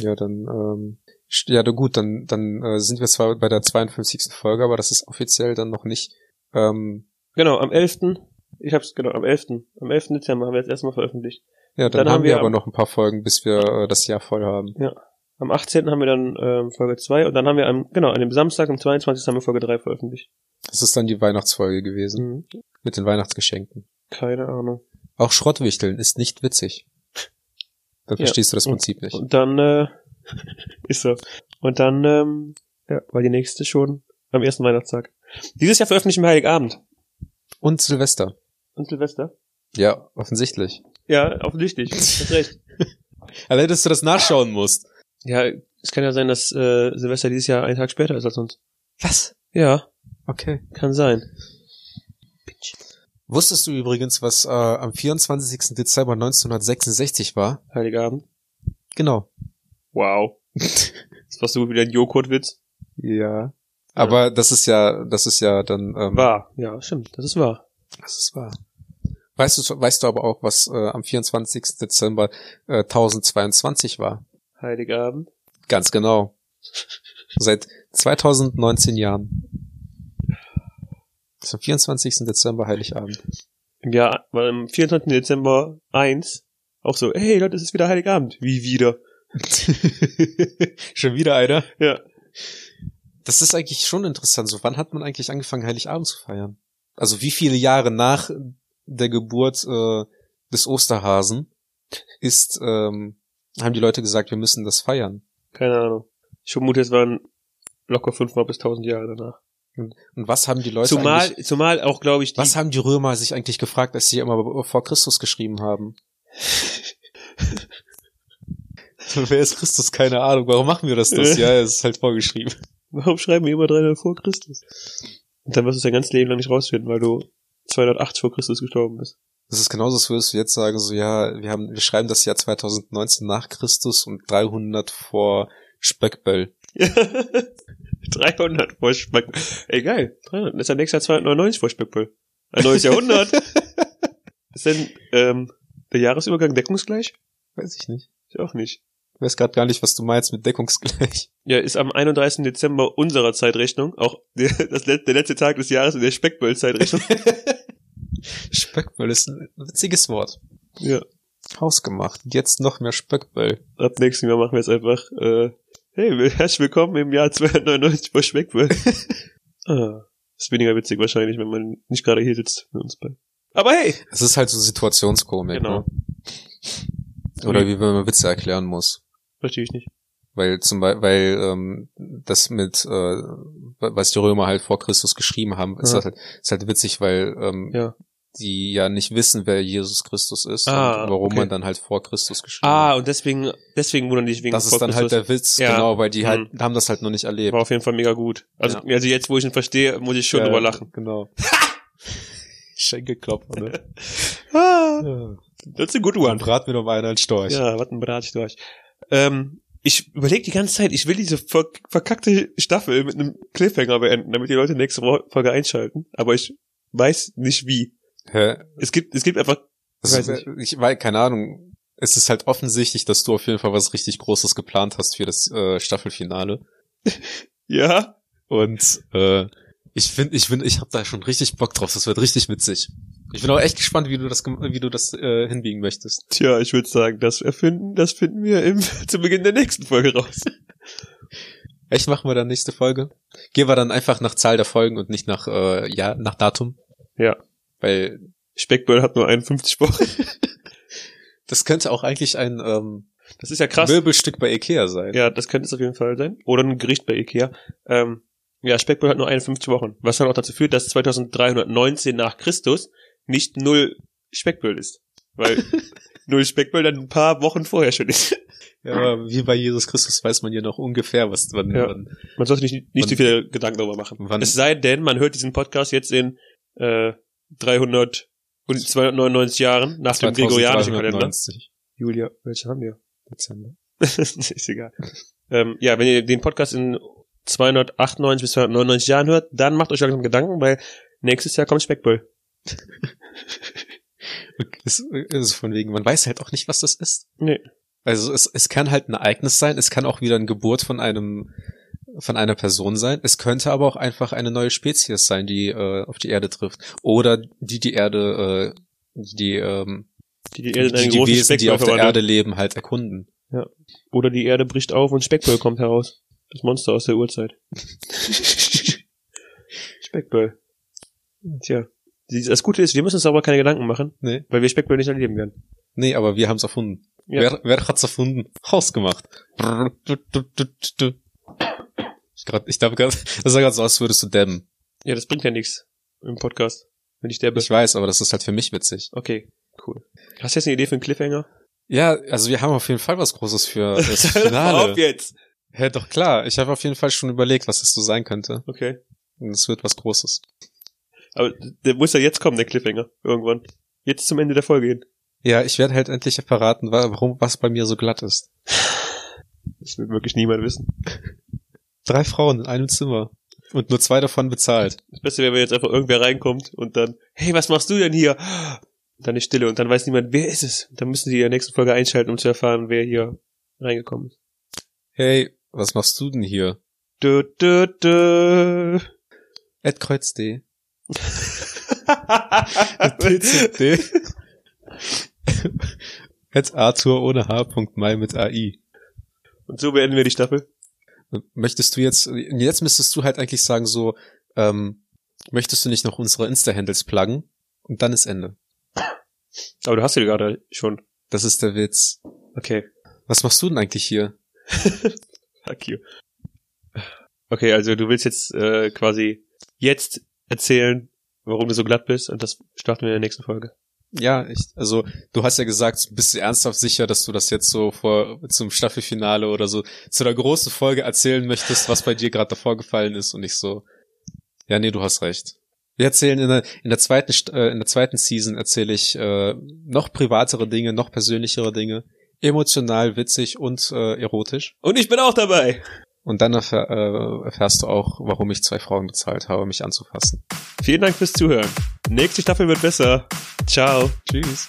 [SPEAKER 1] Ja, dann, ähm, st- ja, dann gut, dann, dann äh, sind wir zwar bei der 52. Folge, aber das ist offiziell dann noch nicht, ähm,
[SPEAKER 2] Genau, am 11., ich hab's, genau, am 11., am 11. Dezember haben wir jetzt erstmal veröffentlicht.
[SPEAKER 1] ja, dann,
[SPEAKER 2] Dann
[SPEAKER 1] haben
[SPEAKER 2] haben
[SPEAKER 1] wir,
[SPEAKER 2] wir
[SPEAKER 1] aber
[SPEAKER 2] am-
[SPEAKER 1] noch ein paar Folgen, bis wir äh, das Jahr voll haben.
[SPEAKER 2] Am 18. haben wir dann ähm, Folge 2 und dann haben wir am, genau, an dem Samstag, am 22. haben wir Folge 3 veröffentlicht.
[SPEAKER 1] Das ist dann die Weihnachtsfolge gewesen,
[SPEAKER 2] Mhm.
[SPEAKER 1] mit den Weihnachtsgeschenken.
[SPEAKER 2] Keine Ahnung.
[SPEAKER 1] Auch Schrottwichteln ist nicht witzig. Dann
[SPEAKER 2] Ja.
[SPEAKER 1] verstehst du das Prinzip nicht.
[SPEAKER 2] Und dann, äh, ist so. Und dann, ähm, ja, war die nächste schon am ersten Weihnachtstag. Dieses Jahr veröffentlichen wir Heiligabend.
[SPEAKER 1] Und Silvester.
[SPEAKER 2] Und Silvester?
[SPEAKER 1] Ja, offensichtlich.
[SPEAKER 2] Ja, offensichtlich. Hast recht.
[SPEAKER 1] Allein, dass du das nachschauen musst.
[SPEAKER 2] Ja, es kann ja sein, dass äh, Silvester dieses Jahr einen Tag später ist als sonst.
[SPEAKER 1] Was?
[SPEAKER 2] Ja,
[SPEAKER 1] Okay.
[SPEAKER 2] kann sein.
[SPEAKER 1] Wusstest du übrigens, was äh, am 24. Dezember 1966 war?
[SPEAKER 2] Heiligabend.
[SPEAKER 1] Genau.
[SPEAKER 2] Wow. Das war so gut wie ein Joghurtwitz.
[SPEAKER 1] Ja. Aber das ist ja, das ist ja dann. Ähm,
[SPEAKER 2] Wahr. Ja, stimmt. Das ist wahr.
[SPEAKER 1] Das ist wahr. Weißt du, weißt du aber auch, was äh, am 24. Dezember äh, 1022 war?
[SPEAKER 2] Heiligabend.
[SPEAKER 1] Ganz genau. Seit 2019 Jahren. Das ist am 24. Dezember Heiligabend.
[SPEAKER 2] Im Jahr, weil am 24. Dezember 1 auch so, hey Leute, es ist wieder Heiligabend. Wie wieder?
[SPEAKER 1] schon wieder einer.
[SPEAKER 2] Ja.
[SPEAKER 1] Das ist eigentlich schon interessant. So, wann hat man eigentlich angefangen, Heiligabend zu feiern? Also wie viele Jahre nach der Geburt äh, des Osterhasen ist, ähm, haben die Leute gesagt, wir müssen das feiern?
[SPEAKER 2] Keine Ahnung. Ich vermute, es waren locker fünfmal bis tausend Jahre danach.
[SPEAKER 1] Und was haben die Leute
[SPEAKER 2] zumal,
[SPEAKER 1] eigentlich,
[SPEAKER 2] zumal auch, glaube ich, die,
[SPEAKER 1] was haben die Römer sich eigentlich gefragt, als sie immer vor Christus geschrieben haben? Wer ist Christus? Keine Ahnung. Warum machen wir das?
[SPEAKER 2] das?
[SPEAKER 1] Ja, es ist halt vorgeschrieben.
[SPEAKER 2] Warum schreiben wir immer 300 vor Christus? Und dann wirst du es dein ganzes Leben lang nicht rausfinden, weil du 208 vor Christus gestorben bist.
[SPEAKER 1] Das ist genauso, als würdest du jetzt sagen, so ja, wir haben, wir schreiben das Jahr 2019 nach Christus und 300 vor Speckböll.
[SPEAKER 2] 300 vor Speckböll. Egal, 300. Das ist ja nächstes Jahr 299 vor Speckböll. Ein neues Jahrhundert. ist denn ähm, der Jahresübergang deckungsgleich?
[SPEAKER 1] Weiß ich nicht.
[SPEAKER 2] Ich auch nicht.
[SPEAKER 1] Ich weiß gerade gar nicht, was du meinst mit deckungsgleich.
[SPEAKER 2] Ja, ist am 31. Dezember unserer Zeitrechnung, auch der, das, let- der letzte Tag des Jahres in der Speckböll-Zeitrechnung.
[SPEAKER 1] Speckböll ist ein witziges Wort.
[SPEAKER 2] ja.
[SPEAKER 1] Hausgemacht. Und Jetzt noch mehr Speckböll.
[SPEAKER 2] Ab nächstem Jahr machen wir jetzt einfach, äh, hey, will- herzlich willkommen im Jahr 299 bei Speckböll. ah, ist weniger witzig wahrscheinlich, wenn man nicht gerade hier sitzt mit uns bei. Aber hey!
[SPEAKER 1] Es ist halt so Situationskomik.
[SPEAKER 2] Genau.
[SPEAKER 1] Ne? Oder wie wenn man Witze erklären muss.
[SPEAKER 2] Verstehe ich nicht.
[SPEAKER 1] Weil zum Beispiel, weil ähm, das mit, äh, was die Römer halt vor Christus geschrieben haben, ist,
[SPEAKER 2] Ja.
[SPEAKER 1] halt, ist halt witzig, weil ähm,
[SPEAKER 2] Ja.
[SPEAKER 1] die ja nicht wissen, wer Jesus Christus ist
[SPEAKER 2] Ah,
[SPEAKER 1] und warum
[SPEAKER 2] okay.
[SPEAKER 1] man dann halt vor Christus geschrieben hat.
[SPEAKER 2] Ah, und deswegen, deswegen wundern dich wegen
[SPEAKER 1] Das ist dann halt der Witz,
[SPEAKER 2] Ja. Mhm.
[SPEAKER 1] genau, weil die halt haben das halt noch nicht erlebt.
[SPEAKER 2] war auf jeden Fall mega gut. Also, also jetzt, wo ich ihn verstehe, muss ich schon
[SPEAKER 1] Ja,
[SPEAKER 2] drüber lachen.
[SPEAKER 1] Genau. Schenkelklopfer, ne?
[SPEAKER 2] Ah,
[SPEAKER 1] Ja.
[SPEAKER 2] that's a good
[SPEAKER 1] Dann
[SPEAKER 2] one.
[SPEAKER 1] brat mir doch einer einen Storch.
[SPEAKER 2] Ja, was ein Bratsch durch. Ähm, ich überlege die ganze Zeit, ich will diese ver verkackte Staffel mit einem Cliffhanger beenden, damit die Leute nächste Wo- Folge einschalten, aber ich weiß nicht wie.
[SPEAKER 1] Hä?
[SPEAKER 2] Es gibt, es gibt einfach,
[SPEAKER 1] Also,
[SPEAKER 2] Weiß nicht.
[SPEAKER 1] ich weiß, keine Ahnung. Es ist halt offensichtlich, dass du auf jeden Fall was richtig Großes geplant hast für das äh, Staffelfinale.
[SPEAKER 2] ja,
[SPEAKER 1] Und äh, ich finde, ich finde, ich habe da schon richtig Bock drauf. Das wird richtig witzig. Ich bin auch echt gespannt, wie du das, gem- wie du das äh, hinbiegen möchtest.
[SPEAKER 2] tja, ich würde sagen, das erfinden, das finden wir im, zu Beginn der nächsten Folge raus.
[SPEAKER 1] Echt machen wir dann nächste Folge? Gehen wir dann einfach nach Zahl der Folgen und nicht nach äh, ja nach Datum?
[SPEAKER 2] Ja.
[SPEAKER 1] Weil
[SPEAKER 2] Speckböll hat nur 51 Wochen.
[SPEAKER 1] das könnte auch eigentlich ein ähm,
[SPEAKER 2] Das ist ja krass.
[SPEAKER 1] Möbelstück bei Ikea sein.
[SPEAKER 2] Ja, das könnte es auf jeden Fall sein. Oder ein Gericht bei Ikea. Ähm, ja, Speckbrot hat nur 51 Wochen, was dann auch dazu führt, dass 2319 nach Christus nicht null Speckbrot ist. Weil null Speckbrot dann ein paar Wochen vorher schon ist.
[SPEAKER 1] Ja, aber wie bei Jesus Christus weiß man ja noch ungefähr, was wann,
[SPEAKER 2] Ja.
[SPEAKER 1] wann
[SPEAKER 2] Man sollte nicht, nicht
[SPEAKER 1] Wann-
[SPEAKER 2] zu viele Gedanken darüber machen.
[SPEAKER 1] Wann-
[SPEAKER 2] es sei denn, man hört diesen Podcast jetzt in äh, 300 und 299 Jahren nach dem gregorianischen Kalender.
[SPEAKER 1] 2390.
[SPEAKER 2] Julia, welche haben wir?
[SPEAKER 1] Dezember.
[SPEAKER 2] ist egal. ähm, ja, wenn ihr den Podcast in 298 bis 299 Jahren hört, dann macht euch langsam Gedanken, weil nächstes Jahr kommt Speckböll.
[SPEAKER 1] Ist, ist von wegen, man weiß halt auch nicht, was das ist.
[SPEAKER 2] Nee.
[SPEAKER 1] Also es, es kann halt ein Ereignis sein, es kann auch wieder eine Geburt von einem von einer Person sein. Es könnte aber auch einfach eine neue Spezies sein, die äh, auf die Erde trifft oder die die Erde äh, die ähm,
[SPEAKER 2] Die, die
[SPEAKER 1] die,
[SPEAKER 2] Erde in einen
[SPEAKER 1] die
[SPEAKER 2] großen
[SPEAKER 1] Wesen, die
[SPEAKER 2] Speckböll
[SPEAKER 1] auf der
[SPEAKER 2] verwandelt.
[SPEAKER 1] Erde leben, halt erkunden.
[SPEAKER 2] Oder die Erde bricht auf und Speckböll kommt heraus. Das Monster aus der Urzeit. Speckböll. Tja. Die- Das Gute ist, wir müssen uns aber keine Gedanken machen,
[SPEAKER 1] Nee.
[SPEAKER 2] weil wir Speckböll nicht erleben werden.
[SPEAKER 1] Nee, aber wir haben es erfunden.
[SPEAKER 2] Ja.
[SPEAKER 1] Wer, wer hat's erfunden? Hausgemacht. Brrr, du, du, du, du, du. Ich, grad, ich glaube gerade, das war gerade so, als würdest du dämmen.
[SPEAKER 2] Ja, das bringt ja nichts im Podcast, wenn ich derbe.
[SPEAKER 1] Ich weiß, aber das ist halt für mich witzig.
[SPEAKER 2] Okay, cool. Hast du jetzt eine Idee für einen Cliffhanger?
[SPEAKER 1] Ja, also wir haben auf jeden Fall was Großes für das Finale.
[SPEAKER 2] auf jetzt!
[SPEAKER 1] Hä, doch klar. Ich habe auf jeden Fall schon überlegt, was das so sein könnte.
[SPEAKER 2] Okay.
[SPEAKER 1] Und Es wird was Großes.
[SPEAKER 2] Aber der muss ja jetzt kommen, der Cliffhanger, irgendwann. Jetzt zum Ende der Folge hin.
[SPEAKER 1] Ja, ich werde halt endlich verraten, wa- warum was bei mir so glatt ist.
[SPEAKER 2] Das will wirklich niemand wissen.
[SPEAKER 1] Drei Frauen in einem Zimmer und nur zwei davon bezahlt.
[SPEAKER 2] Das Beste wäre, wenn jetzt einfach irgendwer reinkommt und dann, hey, was machst du denn hier? Und dann ist Stille und dann weiß niemand, wer ist es? Und dann müssen sie in der nächsten Folge einschalten, um zu erfahren, wer hier reingekommen ist.
[SPEAKER 1] Hey, was machst du denn hier?
[SPEAKER 2] Dö, dö, dö.
[SPEAKER 1] Ed Kreuz D.
[SPEAKER 2] Pilze.
[SPEAKER 1] D. Ed Arthur ohne H. Mai mit AI.
[SPEAKER 2] und so beenden wir die Staffel.
[SPEAKER 1] Möchtest du jetzt, jetzt müsstest du halt eigentlich sagen so, ähm, möchtest du nicht noch unsere Insta-Handles pluggen? Und dann ist Ende.
[SPEAKER 2] Aber du hast sie gerade schon.
[SPEAKER 1] Das ist der Witz.
[SPEAKER 2] Okay.
[SPEAKER 1] Was machst du denn eigentlich hier?
[SPEAKER 2] Fuck you. Okay, also du willst jetzt äh, quasi jetzt erzählen, warum du so glatt bist und das starten wir in der nächsten Folge.
[SPEAKER 1] Ja, ich, also du hast ja gesagt, bist du ernsthaft sicher, dass du das jetzt so vor zum Staffelfinale oder so zu der großen Folge erzählen möchtest, was bei dir gerade davor gefallen ist und ich so. Ja, nee, du hast recht. Wir erzählen in der, in der zweiten St- äh, in der zweiten Season erzähle ich äh, noch privatere Dinge, noch persönlichere Dinge, emotional, witzig und äh, erotisch.
[SPEAKER 2] Und ich bin auch dabei.
[SPEAKER 1] Und dann erfähr, äh, erfährst du auch, warum ich zwei Frauen bezahlt habe, mich anzufassen.
[SPEAKER 2] Vielen Dank fürs Zuhören. Nächste Staffel wird besser. Ciao.
[SPEAKER 1] Tschüss.